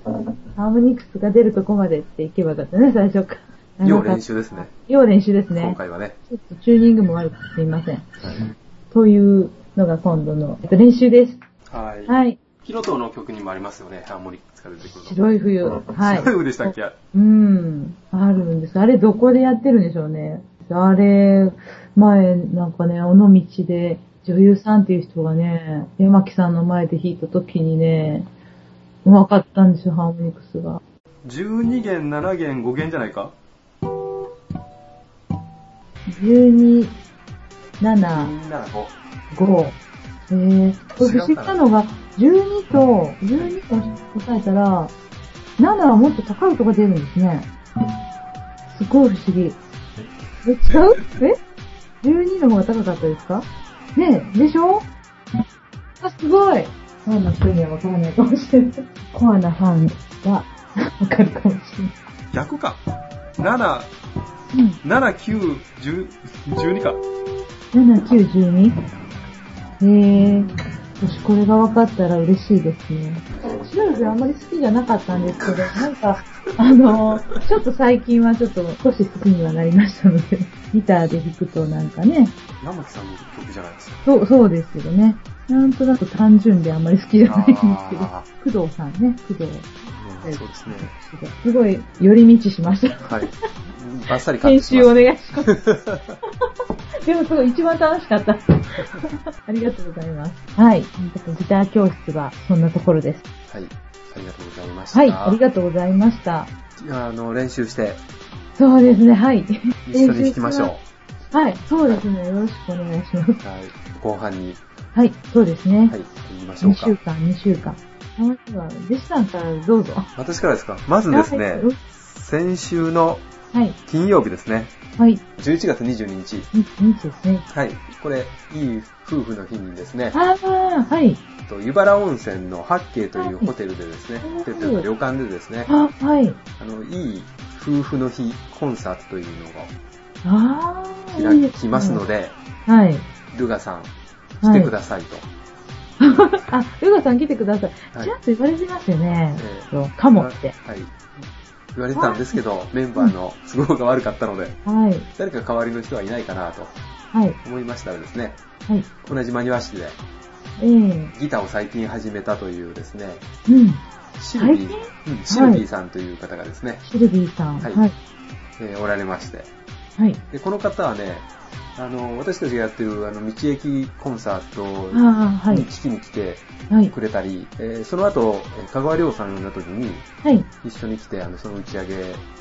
[SPEAKER 2] ハーモニクスが出るとこまでって行けばよかったね、最初から。
[SPEAKER 4] 要練習ですね。
[SPEAKER 2] 要練習です
[SPEAKER 4] 今
[SPEAKER 2] ね。
[SPEAKER 4] 回はね。
[SPEAKER 2] ちょっとチューニングも悪くてすいません。というのが今度のえっと練習です。
[SPEAKER 4] はい。
[SPEAKER 2] はい。
[SPEAKER 4] ヒロトの曲にもありますよね、ハーモニックから出てくるの。
[SPEAKER 2] 白い冬。 はい。
[SPEAKER 4] 白い腕でしたっけ
[SPEAKER 2] うん。あるんです。あれどこでやってるんでしょうね。あれ、前、なんかね、尾道で女優さんっていう人がね、山木さんの前で弾いた時にね、うまかったんですよ、ハーモニクスが。
[SPEAKER 4] 12弦、7弦、5弦じゃないか
[SPEAKER 2] 12、7、
[SPEAKER 4] ?275。
[SPEAKER 2] 5。えー、これ不思議なのが、12と、12と答えたら、7はもっと高い音が出るんですね。すごい不思議。え、違うえ ?12 の方が高かったですかねえ、でしょあ、すごい。ファンの人にはわからないかもしれない。コアなファンはわかるかもし
[SPEAKER 1] 逆か。7、
[SPEAKER 2] れない。
[SPEAKER 1] 7、9、10 12か。
[SPEAKER 2] うん。7、9、12? へー。私これが分かったら嬉しいですね。調べあんまり好きじゃなかったんですけど、なんか、あの、ちょっと最近はちょっと少し好きにはなりましたので、ギターで弾くとなんかね、
[SPEAKER 1] 山木さんの曲じゃないですか。
[SPEAKER 2] そう、そうですけどね。なんとなく単純であんまり好きじゃないんです
[SPEAKER 1] あ
[SPEAKER 2] けど、工藤さんね、工藤。
[SPEAKER 1] うんそうですね。
[SPEAKER 2] すごい、寄り道しました。
[SPEAKER 1] はい。バッサリカッ
[SPEAKER 2] 編
[SPEAKER 1] トし
[SPEAKER 2] 集
[SPEAKER 1] ま
[SPEAKER 2] お
[SPEAKER 1] す。
[SPEAKER 2] 願いしま す。でもすごい一番楽しかった。ありがとうございます。はい。ギター教室はそんなところです。
[SPEAKER 1] はい。ありがとうございました。
[SPEAKER 2] はい。ありがとうございました。
[SPEAKER 1] いやあの、練習して、
[SPEAKER 2] そうですね。はい。
[SPEAKER 1] 一緒に弾きましょ
[SPEAKER 2] う。はい。そうですね。よろしくお願いしま
[SPEAKER 1] う。
[SPEAKER 2] す。
[SPEAKER 1] はい。後半に、
[SPEAKER 2] はい。そうですね。
[SPEAKER 1] はい、言いましょ
[SPEAKER 2] 2
[SPEAKER 1] うか
[SPEAKER 2] 週。間、2週間。まずは、弟子さんからどうぞ。
[SPEAKER 1] 私からですかまずですね、先週の
[SPEAKER 2] はい。
[SPEAKER 1] 金曜日ですね、
[SPEAKER 2] はい。
[SPEAKER 1] 11月22日。
[SPEAKER 2] 2日ですね。
[SPEAKER 1] はい。これ、いい夫婦の日にですね、
[SPEAKER 2] ああ、はい。
[SPEAKER 1] えっと湯原温泉の八景というホテルでですね、
[SPEAKER 2] はい
[SPEAKER 1] ホテルというか旅館でですね、
[SPEAKER 2] あ、はい。
[SPEAKER 1] あの、いい夫婦の日コンサートという
[SPEAKER 2] ああ。
[SPEAKER 1] のが開きますの
[SPEAKER 2] で。
[SPEAKER 1] で、
[SPEAKER 2] はい。
[SPEAKER 1] ルガさん、来てくださいと。
[SPEAKER 2] あ、ルガさん来てください。
[SPEAKER 1] はい
[SPEAKER 2] ちらっと言われてますよね。
[SPEAKER 1] え
[SPEAKER 2] そうかもって。
[SPEAKER 1] はい。言われてたんですけど、メンバーの都合が悪かったので、
[SPEAKER 2] はい。
[SPEAKER 1] 誰か代わりの人はいないかなと
[SPEAKER 2] はい。
[SPEAKER 1] 思いましたらですね、
[SPEAKER 2] はい。
[SPEAKER 1] 同じマニワ市で
[SPEAKER 2] ええー。
[SPEAKER 1] ギターを最近始めたというですね、
[SPEAKER 2] うん。
[SPEAKER 1] シルビ
[SPEAKER 2] 最
[SPEAKER 1] ー、うんシルビーさんという方がですね、
[SPEAKER 2] シルビーさん。
[SPEAKER 1] は
[SPEAKER 2] はいい。はい。
[SPEAKER 1] えーおられまして、
[SPEAKER 2] はい。
[SPEAKER 1] で、この方はね、あの、私たちがやってる、あの、道駅コンサー
[SPEAKER 2] ああ、
[SPEAKER 1] ト
[SPEAKER 2] は
[SPEAKER 1] に
[SPEAKER 2] い。
[SPEAKER 1] 聞きに来て
[SPEAKER 2] はい
[SPEAKER 1] く。れたり、えーその後、えー香川亮さんの時に
[SPEAKER 2] はい。
[SPEAKER 1] 一緒に来て、あの、その打ち上げ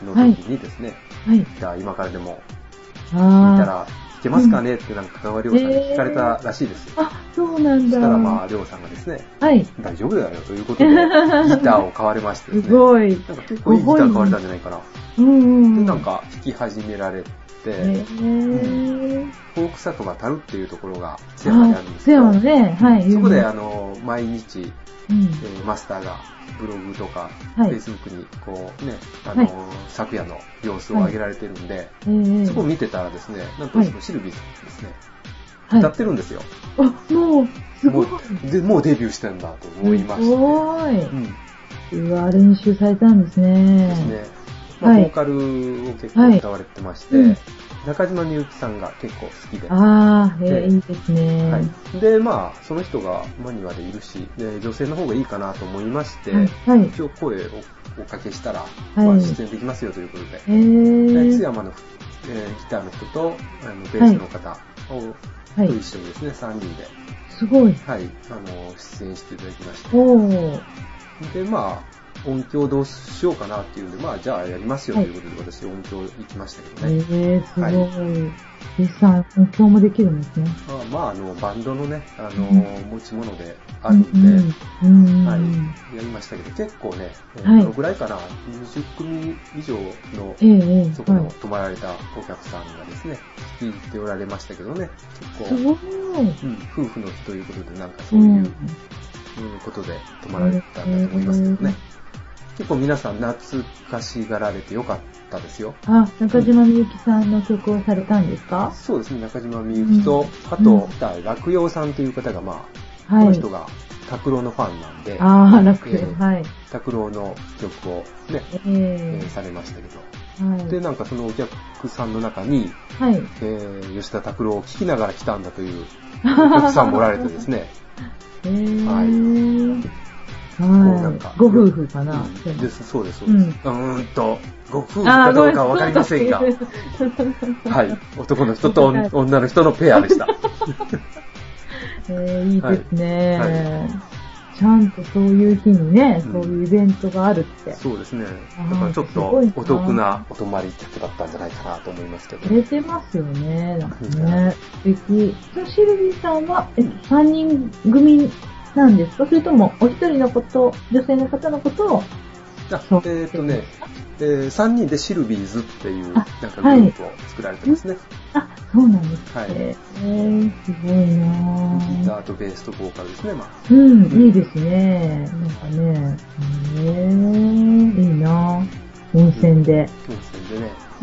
[SPEAKER 1] の時にですね、
[SPEAKER 2] はい。
[SPEAKER 1] ギター今からでも弾いた
[SPEAKER 2] あ
[SPEAKER 1] ら弾けますかねってなんか香川亮さんに聞かれたらしいですよ。
[SPEAKER 2] あ。あ、そうなん
[SPEAKER 1] そ
[SPEAKER 2] だ。
[SPEAKER 1] したらまあ、亮さんがですね、
[SPEAKER 2] はい。
[SPEAKER 1] 大丈夫だよという ことで、ギターを買われましてですすね、
[SPEAKER 2] ごい。
[SPEAKER 1] なんか結構いいギター買われたんじゃないかな。
[SPEAKER 2] うんうんう
[SPEAKER 1] で、
[SPEAKER 2] ん。
[SPEAKER 1] なん。か弾き始められて、
[SPEAKER 2] えー。
[SPEAKER 1] フォーク酒場たるっていうところが津山にあ
[SPEAKER 2] あ
[SPEAKER 1] るんで、すけ
[SPEAKER 2] せや
[SPEAKER 1] ど、
[SPEAKER 2] もんね。はい。
[SPEAKER 1] そこで
[SPEAKER 2] 有名
[SPEAKER 1] あの、毎日、
[SPEAKER 2] うん
[SPEAKER 1] え。ーマスターがブログとか、
[SPEAKER 2] はい
[SPEAKER 1] Facebook にこうね、あの、
[SPEAKER 2] はい
[SPEAKER 1] 昨夜の様子を上げられてるんで、
[SPEAKER 2] えー
[SPEAKER 1] そこを見てたらですね、なんと
[SPEAKER 2] はい
[SPEAKER 1] そのシルビーさんですね、
[SPEAKER 2] はい
[SPEAKER 1] 歌っ。てるんですよ。
[SPEAKER 2] あ、もう、す
[SPEAKER 1] も
[SPEAKER 2] ごい。
[SPEAKER 1] う、で、もうデビューしてんだと思いまして。
[SPEAKER 2] すご
[SPEAKER 1] う
[SPEAKER 2] ー
[SPEAKER 1] ん、
[SPEAKER 2] い。うわ、練習されたんですね。
[SPEAKER 1] ですね。まあ、
[SPEAKER 2] はい
[SPEAKER 1] ボーカルを結構歌われてまして、
[SPEAKER 2] はいうん
[SPEAKER 1] 中島みゆきさんが結構好きで、
[SPEAKER 2] ああ、え
[SPEAKER 1] で
[SPEAKER 2] ー、いいですね。
[SPEAKER 1] はい、で、まあ、その人がマニュアでいるし、で女性の方がいいかなと思いまして、
[SPEAKER 2] はい。
[SPEAKER 1] 一応声をおかけしたら、
[SPEAKER 2] い
[SPEAKER 1] まあ、出演できますよということで、
[SPEAKER 2] え
[SPEAKER 1] で津
[SPEAKER 2] ー、
[SPEAKER 1] 山の、えーギターの人とあのベースの方を、
[SPEAKER 2] は
[SPEAKER 1] と
[SPEAKER 2] い。
[SPEAKER 1] 一緒にですね、3人で、
[SPEAKER 2] すごい。
[SPEAKER 1] はい、あの出演していただきまして、
[SPEAKER 2] おー。
[SPEAKER 1] で、まあ、音響どうしようかなっていうんで、まあ、じゃあやりますよと
[SPEAKER 2] はい
[SPEAKER 1] いうことで、私音響行きましたけ
[SPEAKER 2] え
[SPEAKER 1] どね。
[SPEAKER 2] ー、すご
[SPEAKER 1] はい
[SPEAKER 2] い。実際、今日もできるんですね。
[SPEAKER 1] まあ、まあ、あの、バンドのね、あの、
[SPEAKER 2] う
[SPEAKER 1] 持ち物であるんで、
[SPEAKER 2] うんうん。うん
[SPEAKER 1] は
[SPEAKER 2] うん
[SPEAKER 1] い、やりましたけど、結構ね、え
[SPEAKER 2] は
[SPEAKER 1] ー
[SPEAKER 2] い
[SPEAKER 1] どのぐらいかな、20組以上の、
[SPEAKER 2] えー、えー
[SPEAKER 1] そこ
[SPEAKER 2] は
[SPEAKER 1] の
[SPEAKER 2] い
[SPEAKER 1] 泊まられたお客さんがですね、聞いておられましたけどね、結
[SPEAKER 2] す
[SPEAKER 1] 構、う
[SPEAKER 2] ごい。
[SPEAKER 1] ん、夫婦の日ということで、なんかそううい
[SPEAKER 2] ん
[SPEAKER 1] う、うんことで泊まられたんだと思いますけど
[SPEAKER 2] うん
[SPEAKER 1] ね。結構皆さん懐かしがられてよかったですよ。
[SPEAKER 2] あ、中島みゆきさんの曲をされたんですか
[SPEAKER 1] そうですね、中島みゆきと、
[SPEAKER 2] うん
[SPEAKER 1] あと
[SPEAKER 2] う、
[SPEAKER 1] 落葉さんという方が、まあ、
[SPEAKER 2] は
[SPEAKER 1] この
[SPEAKER 2] い
[SPEAKER 1] 人。が拓郎のファンなんで、
[SPEAKER 2] ああ、楽
[SPEAKER 1] え
[SPEAKER 2] で
[SPEAKER 1] ー
[SPEAKER 2] はい。
[SPEAKER 1] 拓郎の曲をね、
[SPEAKER 2] え
[SPEAKER 1] えー
[SPEAKER 2] ー、
[SPEAKER 1] されましたけど。
[SPEAKER 2] はい。
[SPEAKER 1] で、なんかそのお客さんの中に、
[SPEAKER 2] はい。
[SPEAKER 1] えー吉田拓郎を聴きながら来たんだと いうお客さんもおられてですね、
[SPEAKER 2] えー、
[SPEAKER 1] は
[SPEAKER 2] はいい。
[SPEAKER 1] うなんか
[SPEAKER 2] ご夫婦かな。
[SPEAKER 1] うんです、そうです、そうです。
[SPEAKER 2] うん
[SPEAKER 1] うーんと、ご夫婦かどうかはわかりませんが
[SPEAKER 2] あ、ーごめん
[SPEAKER 1] はい、男の人と女女の人のペアでした。
[SPEAKER 2] えー、いいですね、
[SPEAKER 1] はい
[SPEAKER 2] ちゃんとそういう日にね、
[SPEAKER 1] うん
[SPEAKER 2] そういうイベントがあるって。
[SPEAKER 1] そうですね。
[SPEAKER 2] ー
[SPEAKER 1] だからちょっとお得なお泊まり客だったんじゃないかなと思いますけど
[SPEAKER 2] 売。れてますよね、なんかね。素敵。そのシルビーさんは、えっと、3人組なんですかそれとも、お一人のこと、女性の方のことを、
[SPEAKER 1] あ
[SPEAKER 2] そう
[SPEAKER 1] えっとね、えー3人でシルビーズっていうなん
[SPEAKER 2] あ
[SPEAKER 1] かグループを作られてますね。
[SPEAKER 2] ああ、そうなんです
[SPEAKER 1] はい
[SPEAKER 2] ね。えー、すごい
[SPEAKER 1] ギ
[SPEAKER 2] なぁ。
[SPEAKER 1] ターとベースとボーカルですね、まあ。
[SPEAKER 2] うん、いいですね。なんかね、えー、いいなぁ。温
[SPEAKER 1] 温
[SPEAKER 2] 泉で。
[SPEAKER 1] 泉でね。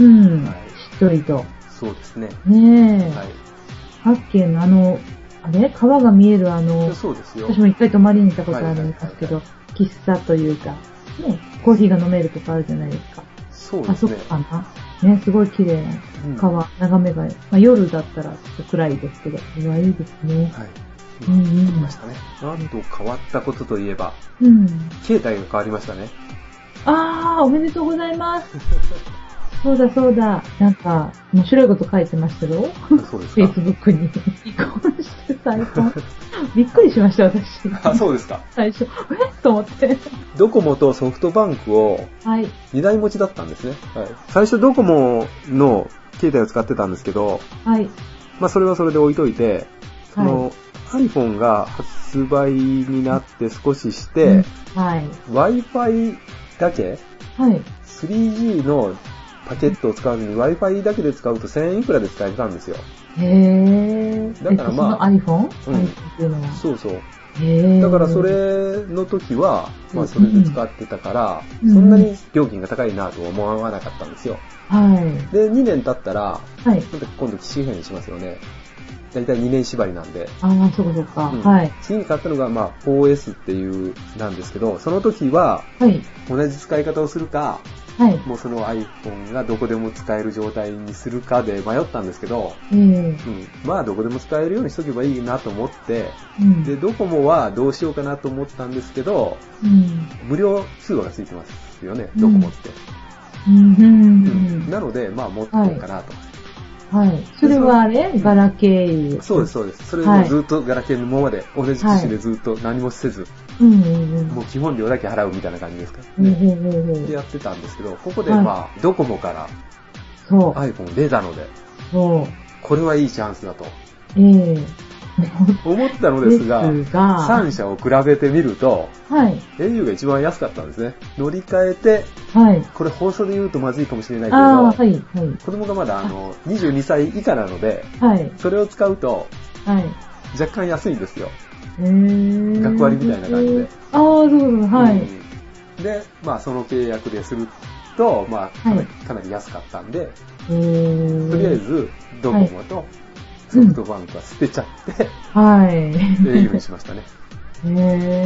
[SPEAKER 2] うん、
[SPEAKER 1] はい
[SPEAKER 2] しっとりと。
[SPEAKER 1] そうですね。
[SPEAKER 2] ねえ、
[SPEAKER 1] はい。
[SPEAKER 2] 八軒のあの、あれ川が見えるあの、
[SPEAKER 1] そうですよ。
[SPEAKER 2] 私も一回泊まりに行ったことあるんですけど
[SPEAKER 1] は、
[SPEAKER 2] 喫茶というか、ね、コーヒーが飲めるとかあるじゃないですか。
[SPEAKER 1] そう
[SPEAKER 2] あ
[SPEAKER 1] です
[SPEAKER 2] そ
[SPEAKER 1] ね
[SPEAKER 2] こ。かな。ね、すごい綺麗
[SPEAKER 1] うん
[SPEAKER 2] な川、眺めが、まあ、夜だったらちょっと暗いですけど、うわ、いいですね。
[SPEAKER 1] はい。
[SPEAKER 2] う
[SPEAKER 1] うん
[SPEAKER 2] ん
[SPEAKER 1] 行き
[SPEAKER 2] うん
[SPEAKER 1] ましたね。あと変わったことといえば、
[SPEAKER 2] うん。
[SPEAKER 1] 携帯が変わりました ね。
[SPEAKER 2] あー、おめでとうございます。そうだそうだ。なんか、面白いこと書いてましたよ。
[SPEAKER 1] そうですか。
[SPEAKER 2] Facebook に。離婚して再婚。びっくりしました、私。
[SPEAKER 1] あ、そうですか。
[SPEAKER 2] 最初、えっと思って。
[SPEAKER 1] ドコモとソフトバンクを
[SPEAKER 2] はい。
[SPEAKER 1] 2台持ちだったんですね。はい。最初ドコモの携帯を使ってたんですけど、
[SPEAKER 2] はい。
[SPEAKER 1] まあそれはそれで置いといて、そ
[SPEAKER 2] は
[SPEAKER 1] の iPhone が発売になって少しして、
[SPEAKER 2] はい。
[SPEAKER 1] Wi-Fi だけ
[SPEAKER 2] はい。
[SPEAKER 1] 3G のパケットを使わずに Wi-Fi だけで使うと1000円いくらで使えたんですよ。
[SPEAKER 2] へぇ
[SPEAKER 1] だからまあ
[SPEAKER 2] えっと、その iPhone?、
[SPEAKER 1] うん
[SPEAKER 2] iPhone っていうのは。
[SPEAKER 1] そうそう。
[SPEAKER 2] へぇ
[SPEAKER 1] だからそ。れの時は、まあそれで使ってたから、
[SPEAKER 2] うん
[SPEAKER 1] そんなに料金が高いなとは思わなかったんですよ。
[SPEAKER 2] は
[SPEAKER 1] で、2年経ったら、
[SPEAKER 2] い。はい。
[SPEAKER 1] 今度今度機種変しますよね。だいたい2年縛りなんで。
[SPEAKER 2] ああ、そうかそうか。
[SPEAKER 1] うん
[SPEAKER 2] はい。
[SPEAKER 1] 次に買ったのが、まあ、4S っていう、なんですけど、その時は、
[SPEAKER 2] はい。
[SPEAKER 1] 同じ使い方をするか、
[SPEAKER 2] はい。
[SPEAKER 1] もうその iPhone がどこでも使える状態にするかで迷ったんですけど、
[SPEAKER 2] ええ
[SPEAKER 1] うん、まあどこでも使えるようにしとけばいいなと思って、
[SPEAKER 2] うん。
[SPEAKER 1] で、ドコモはどうしようかなと思ったんですけど、
[SPEAKER 2] うん。
[SPEAKER 1] 無料通話がついてますよね、ドコモって。
[SPEAKER 2] うん。う
[SPEAKER 1] うん
[SPEAKER 2] ん。
[SPEAKER 1] なので、まあ持っていいかなと。
[SPEAKER 2] はい。それはあれガラケー。
[SPEAKER 1] そうです、
[SPEAKER 2] す。
[SPEAKER 1] そうです。それ
[SPEAKER 2] は
[SPEAKER 1] も
[SPEAKER 2] い
[SPEAKER 1] ずっとガラケーのままで、同じ機種でずっと何もせず、
[SPEAKER 2] うんうんうん。
[SPEAKER 1] もう基本料だけ払うみたいな感じですか
[SPEAKER 2] う
[SPEAKER 1] ら
[SPEAKER 2] んう
[SPEAKER 1] ね。
[SPEAKER 2] んうんう
[SPEAKER 1] で
[SPEAKER 2] ん
[SPEAKER 1] やってたんですけど、ここで
[SPEAKER 2] はい
[SPEAKER 1] まあ、ドコモから
[SPEAKER 2] そう。
[SPEAKER 1] iPhone 出たので、
[SPEAKER 2] そう。
[SPEAKER 1] これはいいチャンスだと
[SPEAKER 2] ええ
[SPEAKER 1] 思ったのですが、
[SPEAKER 2] ですが
[SPEAKER 1] 3社を比べてみると、
[SPEAKER 2] はい。
[SPEAKER 1] au が一番安かったんですね。乗り換えて、
[SPEAKER 2] はい。
[SPEAKER 1] これ放送で言うとまずいかもしれないけれど、
[SPEAKER 2] ああ、はい。はい。
[SPEAKER 1] 子供がまだあの22歳以下なので、
[SPEAKER 2] はい。
[SPEAKER 1] それを使うと
[SPEAKER 2] はい。
[SPEAKER 1] 若干安いんですよ。
[SPEAKER 2] えー
[SPEAKER 1] 学割みたいな感じで。
[SPEAKER 2] ああ、そうそうそう、はい。
[SPEAKER 1] うんで、まあその契約ですると、まあかなり,、
[SPEAKER 2] は
[SPEAKER 1] かなり安かったんで、
[SPEAKER 2] えー
[SPEAKER 1] とりあえ。ずドコモとソフトバンクは捨てちゃって、
[SPEAKER 2] はい。
[SPEAKER 1] au にしました ね。っ
[SPEAKER 2] え
[SPEAKER 1] て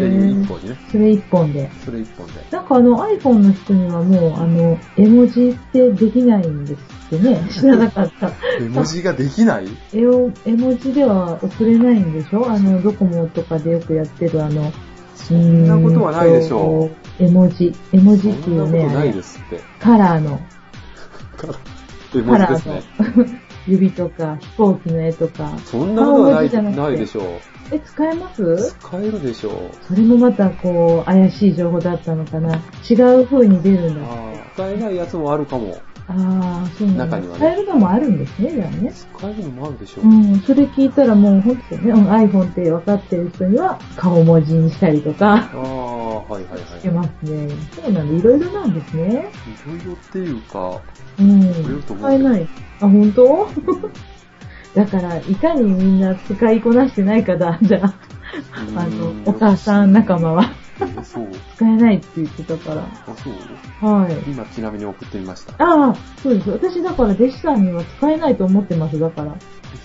[SPEAKER 1] いう一本にね。
[SPEAKER 2] それ一本で。
[SPEAKER 1] それ一本で。
[SPEAKER 2] なんかあの iPhone の人にはもうあの、絵文字ってできないんですってね。知らなかった。
[SPEAKER 1] 絵文字ができない
[SPEAKER 2] 絵を、絵文字では送れないんでしょあの、ドコモとかでよくやってるあの、そん
[SPEAKER 1] なことはないでしょ
[SPEAKER 2] うーんと。絵文字。絵文
[SPEAKER 1] そ
[SPEAKER 2] 字ってい
[SPEAKER 1] んな
[SPEAKER 2] う
[SPEAKER 1] こ
[SPEAKER 2] ね、
[SPEAKER 1] と
[SPEAKER 2] あ
[SPEAKER 1] ない
[SPEAKER 2] れ
[SPEAKER 1] ですって。
[SPEAKER 2] カラーの、
[SPEAKER 1] 絵文
[SPEAKER 2] カ
[SPEAKER 1] 字
[SPEAKER 2] ラ
[SPEAKER 1] です
[SPEAKER 2] ーの
[SPEAKER 1] ね。
[SPEAKER 2] 指とか飛行機の絵とか。
[SPEAKER 1] そんなことはな
[SPEAKER 2] 顔文字
[SPEAKER 1] い
[SPEAKER 2] じゃなくて
[SPEAKER 1] ないでしょ
[SPEAKER 2] え、使えま
[SPEAKER 1] う。
[SPEAKER 2] す
[SPEAKER 1] 使えるでしょう。
[SPEAKER 2] それもまたこう、怪しい情報だったのかな。違う風に出るんだ。
[SPEAKER 1] あー使えないやつもあるかも。
[SPEAKER 2] ああ、そうなん
[SPEAKER 1] 中
[SPEAKER 2] だ。
[SPEAKER 1] にはね
[SPEAKER 2] 使えるのもあるんですね、じゃあね。
[SPEAKER 1] 使えるのもあるでしょう。
[SPEAKER 2] うん、それ聞いたらもう本当にね、うん iPhone って分かってる人には顔文字にしたりと か
[SPEAKER 1] ああ、はいはいは
[SPEAKER 2] し
[SPEAKER 1] い。
[SPEAKER 2] て
[SPEAKER 1] いろ
[SPEAKER 2] ますね。そうなんで、いろいろなんですね。
[SPEAKER 1] いろっていうか、
[SPEAKER 2] うん
[SPEAKER 1] ろいろと。思うけど
[SPEAKER 2] 使えない。あ、本当 だから、いかにみんな使いこなしてないかだ、じゃあ。あの、お母さん仲間
[SPEAKER 1] は。
[SPEAKER 2] は
[SPEAKER 1] えーそう。
[SPEAKER 2] 使えないって言ってたから。
[SPEAKER 1] あ、そう
[SPEAKER 2] はい。
[SPEAKER 1] 今ちなみに送ってみました。
[SPEAKER 2] ああ、そうです。私だから弟子さんには使えないと思ってます、だから。
[SPEAKER 1] え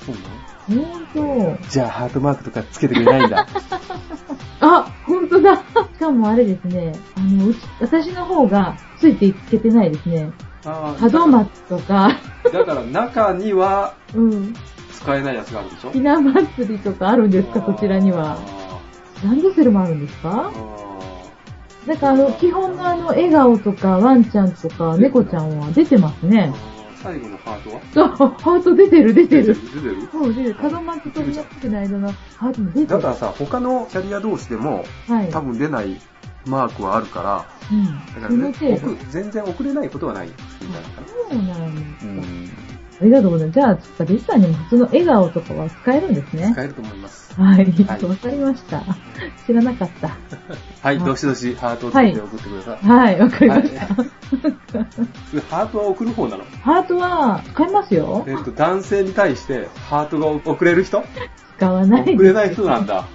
[SPEAKER 1] そうなの
[SPEAKER 2] 本当。
[SPEAKER 1] じゃあハートマークとかつけてくれないんだ。
[SPEAKER 2] あ、本当 だ。しかもあれですね、あの、うち、私の方がついていけてないですね。
[SPEAKER 1] あ
[SPEAKER 2] 門松とか、
[SPEAKER 1] だから中には
[SPEAKER 2] うん、
[SPEAKER 1] 使えないやつがあるでしょ
[SPEAKER 2] ひな祭りとかあるんですか、こちらには。ランドセルもあるんです
[SPEAKER 1] あ
[SPEAKER 2] か
[SPEAKER 1] ーあ
[SPEAKER 2] なんかあの、基本のあの、笑顔とか、ワンちゃんとか、猫ちゃんは出てます
[SPEAKER 1] ー。あ
[SPEAKER 2] ね。
[SPEAKER 1] ー最後のハートは
[SPEAKER 2] そう、ハート出てる、出て
[SPEAKER 1] 出
[SPEAKER 2] る。
[SPEAKER 1] てる
[SPEAKER 2] そう、出てる。門松と宮崎の間のハートも出て
[SPEAKER 1] だ
[SPEAKER 2] る。
[SPEAKER 1] からさ、他のキャリア同士でも、
[SPEAKER 2] はい。
[SPEAKER 1] 多分出ないマークはあるから、
[SPEAKER 2] うん。
[SPEAKER 1] だから
[SPEAKER 2] その
[SPEAKER 1] ね、
[SPEAKER 2] 程度。
[SPEAKER 1] 送全然送れないことはないみたいな。
[SPEAKER 2] そうなんですか。ありがとうございます。じゃあ、ちょっとリスさんにも普通の笑顔とかは使えるんですね。
[SPEAKER 1] 使えると思います。
[SPEAKER 2] はい。
[SPEAKER 1] はい
[SPEAKER 2] わかりました。知らなかった。
[SPEAKER 1] はい、どしどしハートをつけて送ってください。
[SPEAKER 2] はい、わかりました。
[SPEAKER 1] それハートは送る方なの
[SPEAKER 2] ハートは使いますよ
[SPEAKER 1] え。っと、男性に対してハートが送れる人
[SPEAKER 2] 使わないです。
[SPEAKER 1] 送れない人なんだ。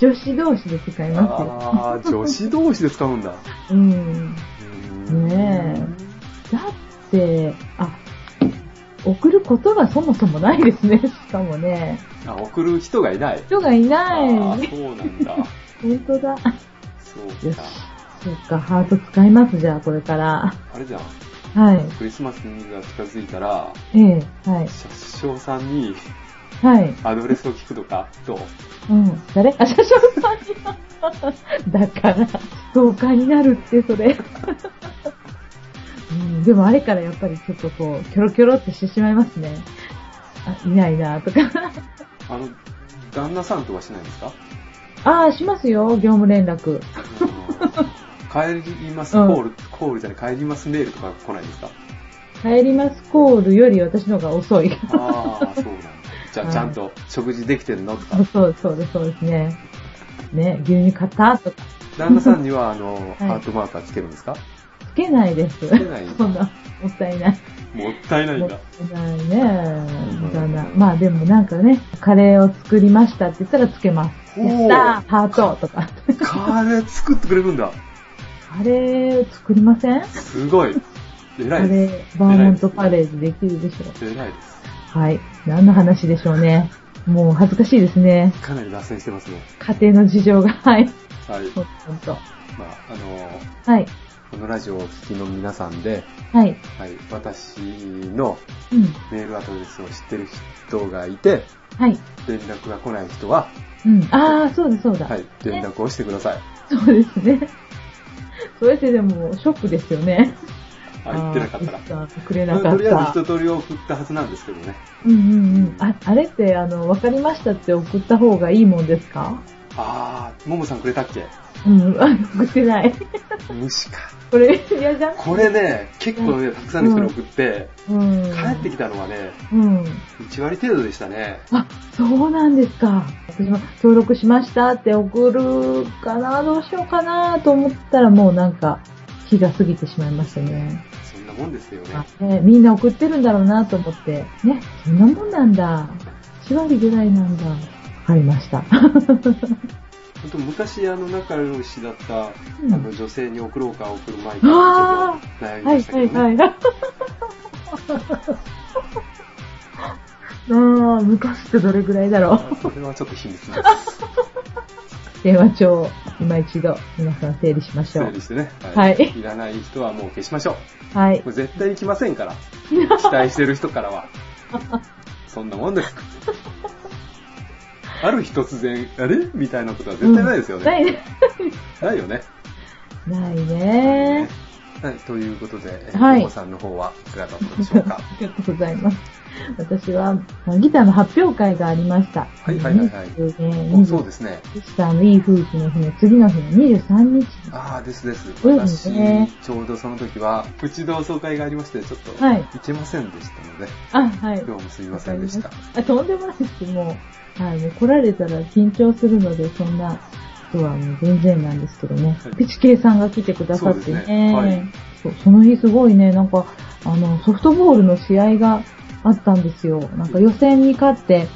[SPEAKER 2] 女子同士で使いますよ。
[SPEAKER 1] あー、女子同士で使うんだ。
[SPEAKER 2] うん。ねだって、あ、送ることがそもそもないです ね。しかもね。
[SPEAKER 1] え。あ、送る人がいない。
[SPEAKER 2] 人がいな
[SPEAKER 1] あー
[SPEAKER 2] い。
[SPEAKER 1] そうなんだ。
[SPEAKER 2] 本当だ。
[SPEAKER 1] そ
[SPEAKER 2] よ
[SPEAKER 1] う
[SPEAKER 2] し
[SPEAKER 1] か。。
[SPEAKER 2] そっか、ハート使います、じゃあ、これから。
[SPEAKER 1] あれじゃん。
[SPEAKER 2] はい。
[SPEAKER 1] クリスマスが近づいたら、
[SPEAKER 2] ええはい。
[SPEAKER 1] 車掌さんに
[SPEAKER 2] はい。
[SPEAKER 1] アドレスを聞くとか、どう
[SPEAKER 2] うん。誰あ、車掌さんになった。だから、同感になるって、それ。 うん、でもあれからやっぱりちょっとこう、キョロキョロってしてしまいますね。あ、いないなとか。
[SPEAKER 1] あの、旦那さんとはしないんです か
[SPEAKER 2] ああ、しますよ、業務連絡。
[SPEAKER 1] あの帰りますコ
[SPEAKER 2] うん
[SPEAKER 1] ール、コールじゃない、帰りますメールとか来ないんですか
[SPEAKER 2] 帰りますコールより私の方が遅い。
[SPEAKER 1] ああ、そうなんだ。じゃ
[SPEAKER 2] う
[SPEAKER 1] あ、
[SPEAKER 2] ん
[SPEAKER 1] ちゃんと食事できてんのとか
[SPEAKER 2] あ。そう、そうです、そうですね。ね、牛乳買ったとか、
[SPEAKER 1] 旦那さんには、あの、
[SPEAKER 2] い
[SPEAKER 1] ハートマーカーつけるんですか
[SPEAKER 2] つけないです。つ
[SPEAKER 1] けない
[SPEAKER 2] そんな、もったいない。
[SPEAKER 1] もったいない
[SPEAKER 2] も
[SPEAKER 1] ん
[SPEAKER 2] っ
[SPEAKER 1] だ。
[SPEAKER 2] たいないね。
[SPEAKER 1] うん
[SPEAKER 2] だな。まあでもなんかね、カレーを作りましたって言ったらつけます。
[SPEAKER 1] ほう
[SPEAKER 2] やったーハートと か。
[SPEAKER 1] カレー作ってくれるんだ。
[SPEAKER 2] カレー作りません
[SPEAKER 1] すごい。
[SPEAKER 2] カ
[SPEAKER 1] 偉い
[SPEAKER 2] レ
[SPEAKER 1] で
[SPEAKER 2] ー、バーモントカレーでできるでしょう。
[SPEAKER 1] す。偉いです。
[SPEAKER 2] はい。何の話でしょうね。もう恥ずかしいですね。
[SPEAKER 1] かなり脱線してますね。
[SPEAKER 2] 家庭の事情が、はい。
[SPEAKER 1] はい。
[SPEAKER 2] ほんと。
[SPEAKER 1] まあ、あの、
[SPEAKER 2] はい。
[SPEAKER 1] このラジオをお聞きの皆さんで、
[SPEAKER 2] はい。
[SPEAKER 1] はい、私の
[SPEAKER 2] うん。
[SPEAKER 1] メールアドレスを知ってる人がいて、
[SPEAKER 2] はい。
[SPEAKER 1] 連絡が来ない人は、
[SPEAKER 2] うん。ああ、そうだそうだ。
[SPEAKER 1] はい、連絡をしてください。
[SPEAKER 2] そうですね。それってでも、ショックですよね。
[SPEAKER 1] あ、言ってなかったら。
[SPEAKER 2] あーくれな
[SPEAKER 1] まあ
[SPEAKER 2] か
[SPEAKER 1] と
[SPEAKER 2] っ
[SPEAKER 1] りあえず
[SPEAKER 2] た。
[SPEAKER 1] 一通り送ったはずなんですけどね。
[SPEAKER 2] うんうんうん。あ、あれって、あの、わかりましたって送った方がいいもんですか
[SPEAKER 1] あー、ももさんくれたっけ
[SPEAKER 2] うん、あ送ってない。
[SPEAKER 1] 虫か。
[SPEAKER 2] これ、嫌じゃん
[SPEAKER 1] これね、結構ね、たくさんの人に送って、
[SPEAKER 2] うん。
[SPEAKER 1] 帰ってきたのはね、
[SPEAKER 2] うん。
[SPEAKER 1] 1割程度でしたね。
[SPEAKER 2] あ、そうなんですか。私も登録しましたって送るかな、どうしようかなと思ったらもうなんか、日が過ぎてしまいましたね。
[SPEAKER 1] そんなもんですよね。
[SPEAKER 2] あねみんな送ってるんだろうなと思って。ね、そんなもんなんだ。1割ぐらいなんだ。わかりました。
[SPEAKER 1] ほんと昔、あの、仲良しだった、あ
[SPEAKER 2] うん
[SPEAKER 1] の、女性に送ろうか送る前から、ちょっと悩み
[SPEAKER 2] は
[SPEAKER 1] ま
[SPEAKER 2] い
[SPEAKER 1] したけ
[SPEAKER 2] は
[SPEAKER 1] ど
[SPEAKER 2] い
[SPEAKER 1] ね。
[SPEAKER 2] はい。ああ、昔ってどれぐらいだろう。
[SPEAKER 1] それはちょっと秘 密です。
[SPEAKER 2] 電話帳、今一度皆さん整理しましょ
[SPEAKER 1] 整
[SPEAKER 2] う。
[SPEAKER 1] 理してね。
[SPEAKER 2] はい
[SPEAKER 1] いらない人はもう消しましょう。
[SPEAKER 2] はい
[SPEAKER 1] こ。れ絶対に来ませんから。期待してる人からは。そんなもん です。ある日突然、あれみたいなことは絶対ないですよ
[SPEAKER 2] うんな
[SPEAKER 1] ね。
[SPEAKER 2] いね。
[SPEAKER 1] ないよね。
[SPEAKER 2] ないね。
[SPEAKER 1] はい、ということで、えー
[SPEAKER 2] はい
[SPEAKER 1] ももさんの方はいかがだったでしょうか。
[SPEAKER 2] ありがとうございます。私は、まあギターの発表会がありました。
[SPEAKER 1] はいはいはいはい
[SPEAKER 2] 20年
[SPEAKER 1] おそうですね。
[SPEAKER 2] ギターのいい夫婦の日の次の日の23日。
[SPEAKER 1] ああ、ですです。
[SPEAKER 2] うん
[SPEAKER 1] 私、
[SPEAKER 2] ね
[SPEAKER 1] ちょうどその時は、プチ同窓会がありまして、ちょっと、
[SPEAKER 2] はい
[SPEAKER 1] 行けませんでしたので、
[SPEAKER 2] あ、はい。
[SPEAKER 1] どうもすみませんでした。
[SPEAKER 2] あ、とんでもないです。もう、はい、もう来られたら緊張するので、そんなことはもう全然なんですけどね
[SPEAKER 1] はい。
[SPEAKER 2] ピチケイさんが来てくださって
[SPEAKER 1] そうで
[SPEAKER 2] ね。
[SPEAKER 1] すねはい
[SPEAKER 2] そうその日すごいね、なんか、あの、ソフトボールの試合があったんですよ。なんか予選に勝って、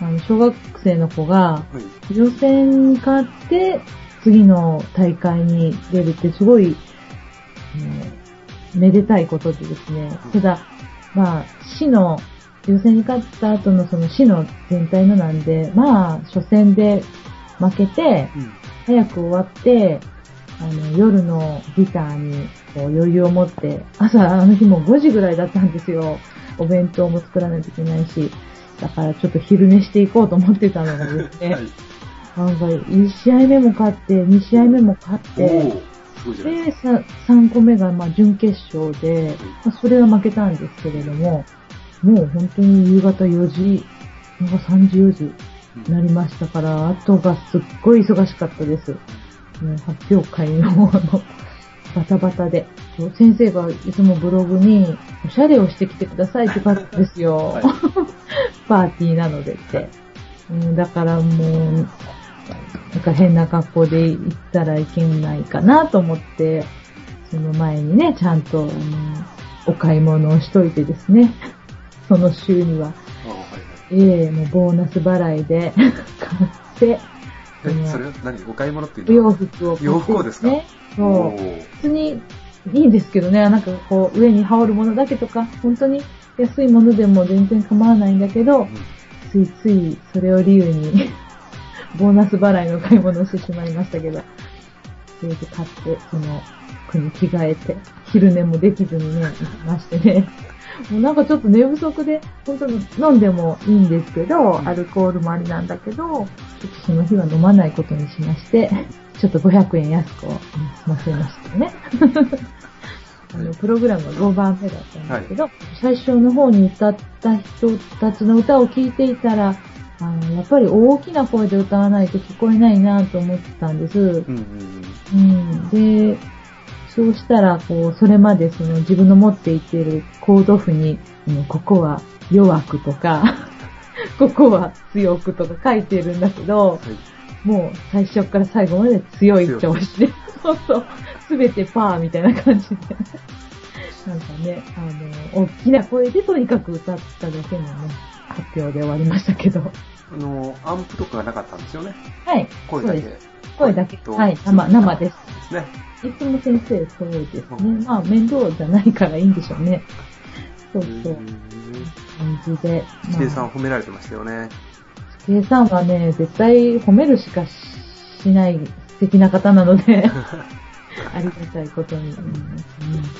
[SPEAKER 2] あの、小学生の子が、
[SPEAKER 1] はい。
[SPEAKER 2] 予選に勝って、次の大会に出るってすごい、うんめでたいことでですね。ただ、まあ、市の、予選に勝った後のその市の全体のなんで、まあ、初戦で負けて、
[SPEAKER 1] うん。
[SPEAKER 2] 早く終わって、あの、夜のギターにこう余裕を持って、朝あの日も5時ぐらいだったんですよ。お弁当も作らないといけないし、だからちょっと昼寝していこうと思ってたのがですね、
[SPEAKER 1] はい。
[SPEAKER 2] 案外、1試合目も勝って、2試合目も勝っ
[SPEAKER 1] お
[SPEAKER 2] て、
[SPEAKER 1] ー、すごいじゃないですか。
[SPEAKER 2] で、さ3個目がまあ準決勝で、まあ、それは負けたんですけれども、もう本当に夕方4時、なんか3時4時
[SPEAKER 1] うん
[SPEAKER 2] なりましたから、あとがすっごい忙しかったです。もう発表会のあのバタバタで。そう先生がいつもブログに、おしゃれをしてきてくださいって書くんですよ。
[SPEAKER 1] はい
[SPEAKER 2] パーティーなのでって。うん、だからもう、なんか変な格好で行ったらいけないかなと思って、その前にね、ちゃんと、あのお買い物をしといてですね。その週には。
[SPEAKER 1] ああはい
[SPEAKER 2] ええもうボーナス払いで 買って、
[SPEAKER 1] はい。
[SPEAKER 2] うん
[SPEAKER 1] え、それは何お買い物って
[SPEAKER 2] 不
[SPEAKER 1] いうの
[SPEAKER 2] 洋
[SPEAKER 1] は
[SPEAKER 2] 服を買って、
[SPEAKER 1] 洋服をですか
[SPEAKER 2] そう
[SPEAKER 1] お。ー
[SPEAKER 2] 別にいいですけどね、なんかこう上に羽織るものだけとか、本当に安いものでも全然構わないんだけど、ついついそれを理由に、 ボーナス払いの買い物をしてしまいましたけど、それで買って、その服に着替えて、昼寝もできずにね、行きましてね。 もうなんかちょっと寝不足で、本当に飲んでもいいんですけど、アルコールもあれなんだけど、ちょっとその日は飲まないことにしまして、ちょっと500円安く済ませましたね。 あの、プログラムは5番目だったんですけど、最初の方に歌った人たちの歌を聴いていたら、あの、やっぱり大きな声で歌わないと聞こえないなと思ってたんです
[SPEAKER 1] う。んうん
[SPEAKER 2] うん。で、そうしたら、こう、それまでその自分の持っていているコード譜に、うんここは弱くとか、 ここは強くとか書いてるんだけど、
[SPEAKER 1] はい
[SPEAKER 2] もう最初から最後まで強い調子で、そうそう、すべてパーみたいな感じで。 なんかね、あの、大きな声でとにかく歌っただけのね、発表で終わりましたけど。
[SPEAKER 1] あの、アンプとかがなかったんですよね。
[SPEAKER 2] はい。
[SPEAKER 1] 声だけ。
[SPEAKER 2] そうです。声だけ。
[SPEAKER 1] と
[SPEAKER 2] はい、生、生です。
[SPEAKER 1] ですね。
[SPEAKER 2] いつも先生、そうですね。まあ、面倒じゃないからいいんでしょうね。そうそう
[SPEAKER 1] う、ん
[SPEAKER 2] 感じで。
[SPEAKER 1] 規定さ
[SPEAKER 2] ま
[SPEAKER 1] ん
[SPEAKER 2] あ。
[SPEAKER 1] 褒められてましたよね。
[SPEAKER 2] 計算はね、絶対褒めるしかしない素敵な方なので、 ありがたいことに、うんうん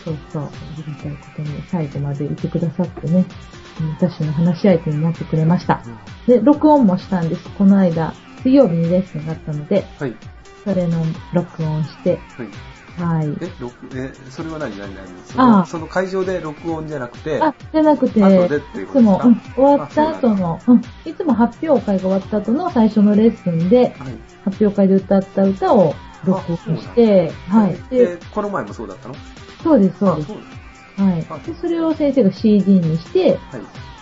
[SPEAKER 2] そうそう、ありがたいことに最後までいてくださってね、うん私の話し相手になってくれました。で、録音もしたんです。この間、水曜日にレッスンがあったので、
[SPEAKER 1] はい。
[SPEAKER 2] それの録音して、
[SPEAKER 1] はい。
[SPEAKER 2] はい。
[SPEAKER 1] え、録、え、それは何何何そ
[SPEAKER 2] あ
[SPEAKER 1] の
[SPEAKER 2] あ
[SPEAKER 1] その会場で録音じゃなくて、
[SPEAKER 2] あ、じゃなくて、
[SPEAKER 1] 後でってい
[SPEAKER 2] いう
[SPEAKER 1] ことです
[SPEAKER 2] つも、
[SPEAKER 1] か
[SPEAKER 2] うん、終わった
[SPEAKER 1] あそう
[SPEAKER 2] 後の、うん、いつも発表会が終わった後の最初のレッスンで、
[SPEAKER 1] はい。
[SPEAKER 2] 発表会で歌った歌を録音して、はい。
[SPEAKER 1] で
[SPEAKER 2] で、、
[SPEAKER 1] この前もそうだったのあ
[SPEAKER 2] そうです、そうです。
[SPEAKER 1] そうなん
[SPEAKER 2] は
[SPEAKER 1] あ
[SPEAKER 2] い。で、それを先生が CD にして、
[SPEAKER 1] はい。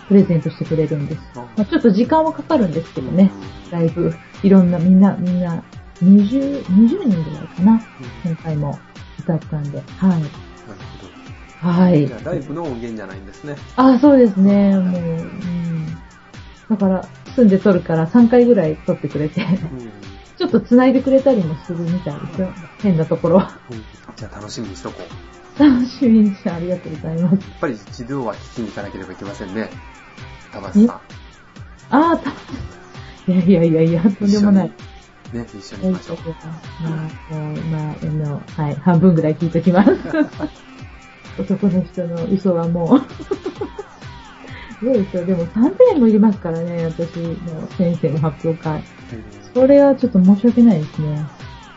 [SPEAKER 2] プレゼントしてくれるんです。
[SPEAKER 1] あ
[SPEAKER 2] まあ、ちょっと時間はかかるんですけどね。
[SPEAKER 1] うん
[SPEAKER 2] だいぶ、いろんな、みんな、みんな、20、20人ぐらいかな。今回も歌ったんで。はい。
[SPEAKER 1] なるほど。
[SPEAKER 2] は
[SPEAKER 1] じゃあ、ライブの音源じゃないんですね。
[SPEAKER 2] ああ、そうですね。もう、うん。だから、住んで撮るから3回ぐらい撮ってくれて、
[SPEAKER 1] うんうん
[SPEAKER 2] ちょっと繋いでくれたりもするみたいですよ。変なところは。
[SPEAKER 1] じゃあ、楽しみにしとこう。や
[SPEAKER 2] 楽しみにしてありがとうございます。
[SPEAKER 1] っぱり一度は聞きに行かなければいけませんね。玉橋さん。
[SPEAKER 2] ああ、た、いやいやいやいや、とんでもない。
[SPEAKER 1] 一緒に。ね、一緒に行き
[SPEAKER 2] 大
[SPEAKER 1] まし
[SPEAKER 2] 丈
[SPEAKER 1] ょう。
[SPEAKER 2] 夫か。まあ、もう、まあ、あの、はい、半分ぐらい聞いときます。男の人の嘘はもう。どうですよ。でも3000円もいりますからね、私の先生の発表会。それはちょっと申し訳ないですね。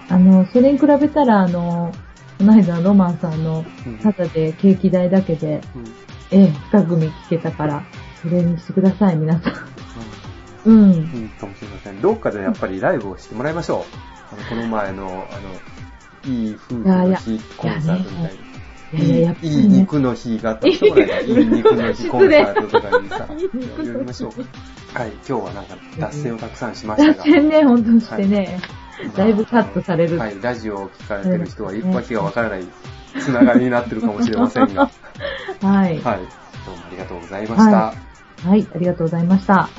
[SPEAKER 2] あの、それに比べたら、あの、この間のロマンさんの
[SPEAKER 1] うん、
[SPEAKER 2] ただでケーキ代だけで、
[SPEAKER 1] うんうん
[SPEAKER 2] ええ、2組聞けたから、それにしてください、皆さん。うん。
[SPEAKER 1] いいかもしれません。どっかでやっぱりライブをしてもらいましょう。あのこの前の、あの、いい夫婦の日コンサートみたいに。
[SPEAKER 2] いやいや、やっぱ
[SPEAKER 1] い
[SPEAKER 2] り、
[SPEAKER 1] い
[SPEAKER 2] ね。
[SPEAKER 1] いい肉の日があったところで、いい肉の日コンサートとかにさ、
[SPEAKER 2] 失礼
[SPEAKER 1] 呼びましょう。はい、今日はなんか脱線をたくさんしました
[SPEAKER 2] 脱
[SPEAKER 1] が。
[SPEAKER 2] 線ね、本当にしてね、
[SPEAKER 1] まあ
[SPEAKER 2] だいぶカットされる。
[SPEAKER 1] はい、ラジオを聞かれてる人は、わけがわからないつながりになってるかもしれませ んが。
[SPEAKER 2] は
[SPEAKER 1] はい、
[SPEAKER 2] い。
[SPEAKER 1] どうもありがとうございました。
[SPEAKER 2] はい、ありがとうございました。